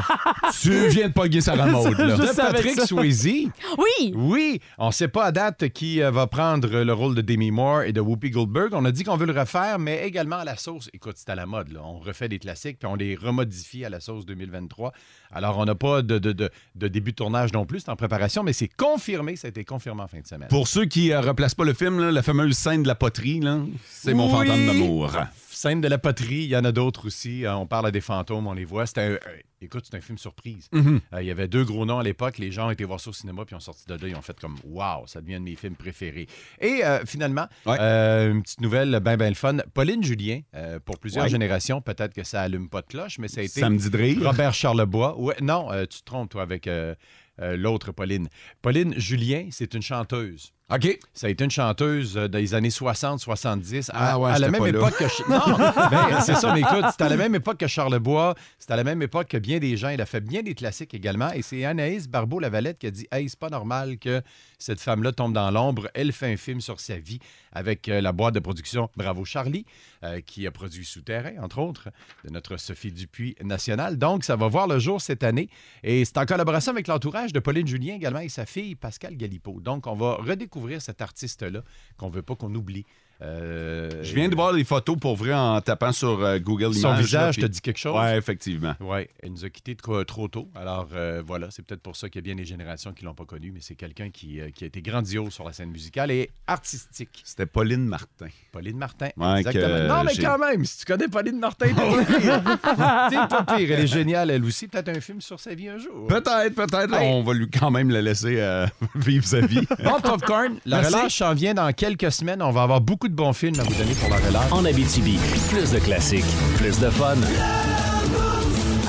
Speaker 3: Tu viens de pogner Sarah Maud, là.
Speaker 18: De
Speaker 3: Juste avec
Speaker 18: Patrick
Speaker 3: ça.
Speaker 18: Swayze.
Speaker 5: Oui!
Speaker 18: Oui, on ne sait pas à date qui euh, va prendre le rôle de Demi Moore et de Whoopi Goldberg. On a dit qu'on veut le refaire, mais également à la sauce. Écoute, c'est à la mode. Là. On refait des classiques, puis on les remodifie à la sauce 2023. Alors, on n'a pas de, de- de- de début de tournage non plus, c'est en préparation, mais c'est confirmé, ça a été confirmé en fin de semaine.
Speaker 3: Pour ceux qui ne replacent pas le film, là, la fameuse scène de la poterie, là, c'est mon
Speaker 18: Oui.
Speaker 3: fantôme d'amour.
Speaker 18: Scène de la poterie, il y en a d'autres aussi. Euh, On parle à des fantômes, on les voit. C'est un, euh, écoute, c'est un film surprise. Euh, Il
Speaker 3: Mhm.
Speaker 18: y avait deux gros noms à l'époque. Les gens ont été voir ça au cinéma, puis ont sorti de là, ils ont fait comme Waouh, ça devient un de mes films préférés. Et euh, finalement, euh, une petite nouvelle, ben ben le fun. Pauline Julien, euh, pour plusieurs
Speaker 3: Ouais.
Speaker 18: générations, peut-être que ça allume pas de cloche, mais ça a été.
Speaker 3: Samedi de rire.
Speaker 18: Robert Charlebois. Ouais, non, euh, tu te trompes, toi, avec euh, euh, l'autre Pauline. Pauline Julien, c'est une chanteuse.
Speaker 3: OK.
Speaker 18: Ça a été une chanteuse euh, des années 60-70. À,
Speaker 3: Ah ouais,
Speaker 18: à la
Speaker 3: j'étais
Speaker 18: même
Speaker 3: pas là.
Speaker 18: époque que. Ch- Non, ben, c'est ça, mais écoute, c'était à la même époque que Charlebois, c'était à la même époque que bien des gens. Il a fait bien des classiques également. Et c'est Anaïs Barbeau-Lavalette qui a dit Hey, c'est pas normal que cette femme-là tombe dans l'ombre. Elle fait un film sur sa vie avec euh, la boîte de production Bravo Charlie, euh, qui a produit Souterrain, entre autres, de notre Sophie Dupuis nationale. Donc, ça va voir le jour cette année. Et c'est en collaboration avec l'entourage de Pauline Julien également et sa fille Pascal Galipo. Donc, on va redécouvrir cet artiste-là qu'on veut pas qu'on oublie. Euh,
Speaker 3: Je viens de voir les photos pour vrai en tapant sur euh, Google
Speaker 18: Son
Speaker 3: Images. là,
Speaker 18: visage
Speaker 3: puis-
Speaker 18: te dit quelque chose?
Speaker 3: Ouais, effectivement.
Speaker 18: Oui, elle nous a quittés de quoi- trop tôt. Alors euh, voilà, c'est peut-être pour ça qu'il y a bien des générations qui l'ont pas connu, mais c'est quelqu'un qui, euh, qui a été grandiose sur la scène musicale et artistique.
Speaker 3: C'était Pauline Martin.
Speaker 18: Pauline Martin,
Speaker 3: Ouais, que,
Speaker 18: exactement. non, mais
Speaker 3: j'ai-
Speaker 18: quand même, si tu connais Pauline Martin, t'es pas pire. T'es pas pire. Elle est géniale, elle aussi. Peut-être un film sur sa vie un jour.
Speaker 3: Peut-être, peut-être.
Speaker 18: Hey.
Speaker 3: On va lui quand même le laisser euh, vivre sa vie.
Speaker 18: Bon, Popcorn, la
Speaker 3: Merci.
Speaker 18: relâche s'en vient dans quelques semaines. On va avoir beaucoup de bons films à vous donner pour la relâche.
Speaker 2: En Abitibi, plus de classiques, plus de fun.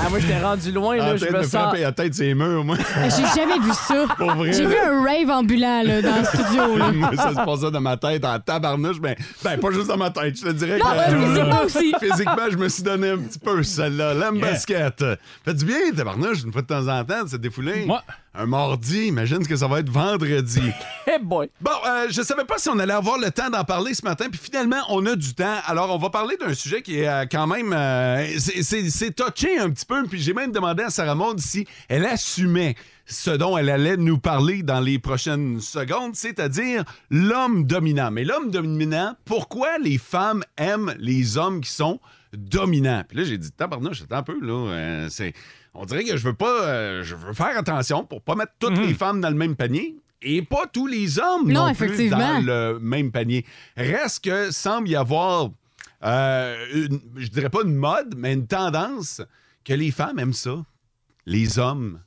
Speaker 6: Ah, moi, j'étais rendu loin, là,
Speaker 3: En
Speaker 6: je
Speaker 3: train
Speaker 6: me
Speaker 3: de
Speaker 6: sens.
Speaker 3: frapper la tête ses murs, moi.
Speaker 5: J'ai jamais vu ça.
Speaker 3: Pour vrai,
Speaker 5: J'ai vu
Speaker 3: là.
Speaker 5: un rave ambulant là, dans le studio. là.
Speaker 3: Moi, ça se passait dans ma tête en tabarnouche, mais ben, pas juste dans ma tête, je te dirais.
Speaker 5: Non,
Speaker 3: que-
Speaker 5: ouais, physiquement aussi.
Speaker 3: Physiquement, je me suis donné un petit peu celle-là. L'âme basket. Fait du bien, tabarnouche, une fois de temps en temps, de se défouler. Un mardi, imagine ce que ça va être vendredi.
Speaker 6: Eh boy!
Speaker 3: Bon, euh, je savais pas si on allait avoir le temps d'en parler ce matin, puis finalement, on a du temps. Alors, on va parler d'un sujet qui est euh, quand même... euh, c'est- c'est c'est touché un petit peu, puis j'ai même demandé à Sarah Maud si elle assumait ce dont elle allait nous parler dans les prochaines secondes, c'est-à-dire l'homme dominant. Mais l'homme dominant, pourquoi les femmes aiment les hommes qui sont dominants? Puis là, j'ai dit, tabarnouche, attends un peu, là, euh, c'est... On dirait que je veux pas... euh, je veux faire attention pour pas mettre toutes les femmes dans le même panier et pas tous les hommes
Speaker 5: Non,
Speaker 3: non,
Speaker 5: effectivement.
Speaker 3: plus dans le même panier. Reste que semble y avoir, euh, une- je dirais pas une mode, mais une tendance que les femmes aiment ça. Les hommes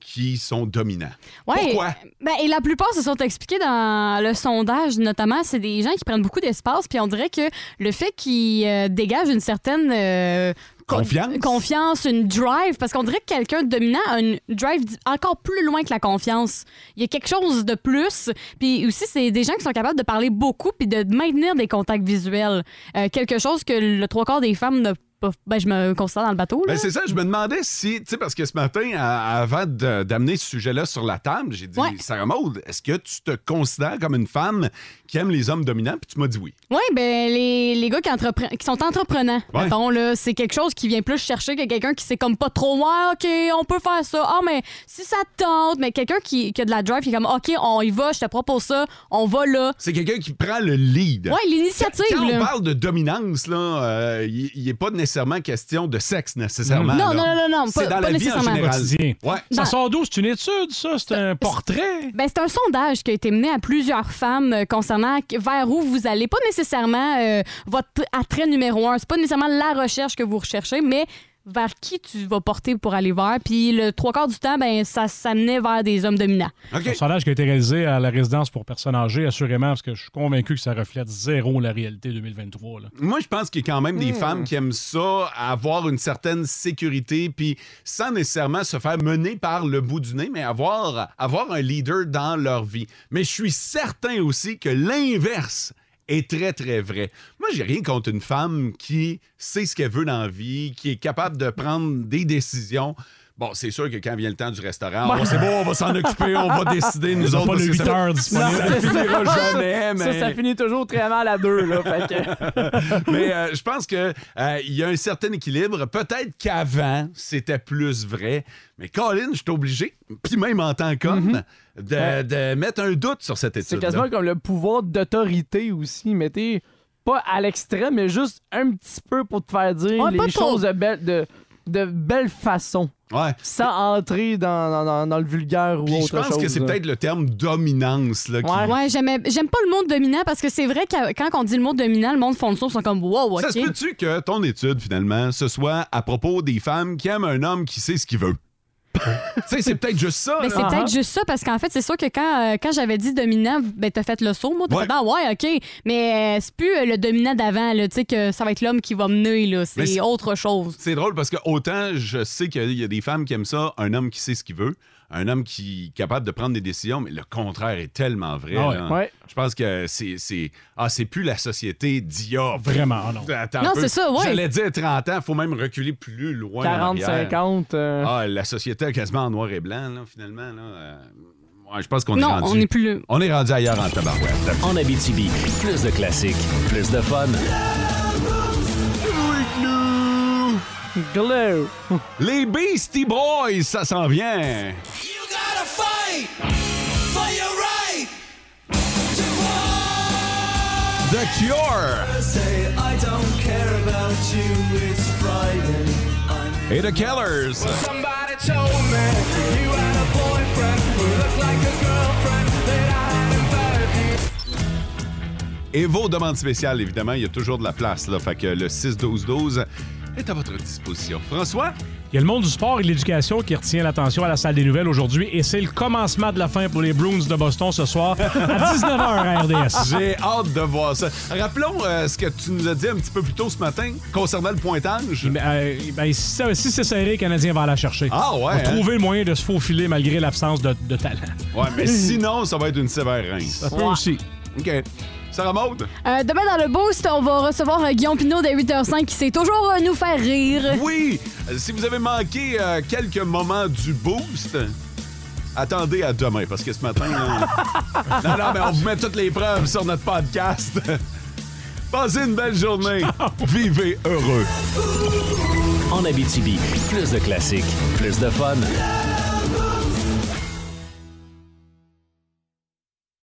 Speaker 3: qui sont dominants.
Speaker 5: Ouais,
Speaker 3: Pourquoi?
Speaker 5: ben, et la plupart se sont expliqués dans le sondage, notamment, c'est des gens qui prennent beaucoup d'espace, puis on dirait que le fait qu'ils euh, dégagent une certaine euh, co-
Speaker 3: Confiance.
Speaker 5: confiance, une drive, parce qu'on dirait que quelqu'un de dominant a une drive di- encore plus loin que la confiance. Il y a quelque chose de plus, puis aussi c'est des gens qui sont capables de parler beaucoup puis de maintenir des contacts visuels, Euh, quelque chose que le trois quarts des femmes ne peuvent. Ben, je me considère dans le bateau. Là.
Speaker 3: Ben, c'est ça, je me demandais si, tu sais, parce que ce matin, à- avant de- d'amener ce sujet-là sur la table, j'ai dit, Sarah Maud, est-ce que tu te considères comme une femme qui aime les hommes dominants? Puis tu m'as dit oui.
Speaker 5: Oui, ben les, les gars qui, entrepren- qui sont entreprenants,
Speaker 3: Ouais.
Speaker 5: mettons, là, c'est quelque chose qui vient plus chercher que quelqu'un qui sait comme pas trop Ouais, OK, on peut faire ça. Ah, mais si ça te tente, mais quelqu'un qui, qui a de la drive, qui est comme OK, on y va, je te propose ça, on va là.
Speaker 3: C'est quelqu'un qui prend le lead.
Speaker 5: Ouais, l'initiative,
Speaker 3: Quand on
Speaker 5: là.
Speaker 3: parle de dominance, là, euh, il n'est pas nécessairement question de sexe, nécessairement.
Speaker 5: Non, non,
Speaker 3: là.
Speaker 5: non, non, non,
Speaker 3: C'est
Speaker 5: pas-
Speaker 3: dans
Speaker 5: pas
Speaker 3: la vie en
Speaker 5: nécessairement.
Speaker 3: général.
Speaker 5: Quotidien.
Speaker 3: Ouais.
Speaker 5: Ça Dans-
Speaker 4: sort d'où? C'est une étude, ça? C'est un portrait?
Speaker 5: Ben, c'est un sondage qui a été mené à plusieurs femmes euh, concernant qu- vers où vous allez. Pas nécessairement euh, votre attrait numéro un. C'est pas nécessairement la recherche que vous recherchez, mais vers qui tu vas porter pour aller vers. Puis le trois quarts du temps, ben, ça s'amenait vers des hommes dominants.
Speaker 4: Un sondage qui a été réalisé à la résidence pour personnes âgées, assurément, parce que je suis convaincu que ça reflète zéro la réalité 2023. là.
Speaker 3: Moi, je pense qu'il y a quand même des
Speaker 4: Mm.
Speaker 3: femmes qui aiment ça, avoir une certaine sécurité, puis sans nécessairement se faire mener par le bout du nez, mais avoir, avoir un leader dans leur vie. Mais je suis certain aussi que l'inverse est très, très vrai. Moi, j'ai rien contre une femme qui sait ce qu'elle veut dans la vie, qui est capable de prendre des décisions. Bon, c'est sûr que quand vient le temps du restaurant,
Speaker 18: Ouais.
Speaker 3: on c'est bon, on va s'en occuper, on va décider
Speaker 4: On
Speaker 3: nous
Speaker 4: a
Speaker 3: autres.
Speaker 4: pas le
Speaker 3: parce que ça-
Speaker 4: 8 heures disponible.
Speaker 3: Ça finira jamais, mais...
Speaker 6: Ça, ça finit toujours très mal à deux, là. fait que-
Speaker 3: Mais euh, je pense qu'il y a un certain équilibre. Peut-être qu'avant, c'était plus vrai. Mais Colin, je suis obligé, puis même en tant qu'homme, de-
Speaker 6: Mm-hmm. Ouais.
Speaker 3: de, mettre un doute sur cette
Speaker 6: C'est
Speaker 3: étude.
Speaker 6: quasiment comme le pouvoir d'autorité aussi, mais t'es pas à l'extrême, mais juste un petit peu pour te faire dire
Speaker 5: Ouais, pas
Speaker 6: les
Speaker 5: trop.
Speaker 6: choses de belle, de, de belle façon. Sans entrer dans, dans- dans- dans le vulgaire ou
Speaker 3: Puis
Speaker 6: autre
Speaker 3: je pense
Speaker 6: chose.
Speaker 3: que c'est peut-être le terme dominance. Là, qui-
Speaker 5: Ouais, j'aimais- j'aime pas le monde dominant parce que c'est vrai que quand on dit le mot dominant, le monde fond le sourd, ils sont comme wow,
Speaker 3: Ça
Speaker 5: ok.
Speaker 3: se peut-tu que ton étude, finalement, ce soit à propos des femmes qui aiment un homme qui sait ce qu'il veut? tu sais, c'est peut-être juste ça.
Speaker 5: Mais
Speaker 3: là.
Speaker 5: Ben, c'est peut-être juste ça, parce qu'en fait, c'est sûr que quand, euh, quand j'avais dit dominant, ben, t'as fait le saut, moi, t'as
Speaker 3: Ouais.
Speaker 5: fait, ah ouais, OK. Mais euh, c'est plus euh, le dominant d'avant, là, tu sais, que ça va être l'homme qui va mener, là.
Speaker 3: Mais
Speaker 5: C'est autre chose.
Speaker 3: C'est drôle parce que autant je sais qu'il y a des femmes qui aiment ça, un homme qui sait ce qu'il veut, un homme qui est capable de prendre des décisions, mais le contraire est tellement vrai.
Speaker 4: Ah ouais.
Speaker 3: là.
Speaker 4: Ouais.
Speaker 3: Je pense que c'est c'est ah c'est plus la société d'IA.
Speaker 4: Vraiment, ah non.
Speaker 3: Attends un
Speaker 4: Non,
Speaker 3: peu.
Speaker 4: c'est ça, ouais.
Speaker 3: J'allais dire 30 ans, faut même reculer plus loin. en
Speaker 6: 40,
Speaker 3: arrière.
Speaker 6: 50. euh,
Speaker 3: Ah, la société est quasiment en noir et blanc, là, finalement. là. Euh, ouais, je pense qu'on est
Speaker 2: Non,
Speaker 3: rendu.
Speaker 2: on est plus le-
Speaker 3: On est rendu ailleurs en tabarouette.
Speaker 2: En Abitibi, plus de classiques, plus de fun.
Speaker 6: Glue.
Speaker 3: Les Beastie Boys, ça s'en vient. The Cure et The Killers. Et vos demandes spéciales, évidemment, il y a toujours de la place. Là, fait que le 6-12-12 est à votre disposition. François?
Speaker 4: Il y a le monde du sport et de l'éducation qui retient l'attention à la salle des nouvelles aujourd'hui et c'est le commencement de la fin pour les Bruins de Boston ce soir à 19h à RDS.
Speaker 3: J'ai hâte de voir ça. Rappelons euh, ce que tu nous as dit un petit peu plus tôt ce matin concernant le pointage.
Speaker 4: Ben, si ça- si c'est serré, le Canadien va la chercher.
Speaker 3: Ah ouais,
Speaker 4: On va
Speaker 3: hein?
Speaker 4: trouver le moyen de se faufiler malgré l'absence de, de talent.
Speaker 3: Ouais, mais sinon, ça va être une sévère rince. Ça
Speaker 4: peut aussi.
Speaker 3: OK. Sarah Maud?
Speaker 5: Euh, demain, dans le Boost, on va recevoir euh, Guillaume Pinot dès 8h05 qui sait toujours euh, nous faire rire.
Speaker 3: Oui! Euh, Si vous avez manqué euh, quelques moments du boost, attendez à demain, parce que ce matin... là, on- non, non, mais on vous met toutes les preuves sur notre podcast. Passez une belle journée. Vivez heureux.
Speaker 2: En Abitibi, plus de classiques, plus de fun.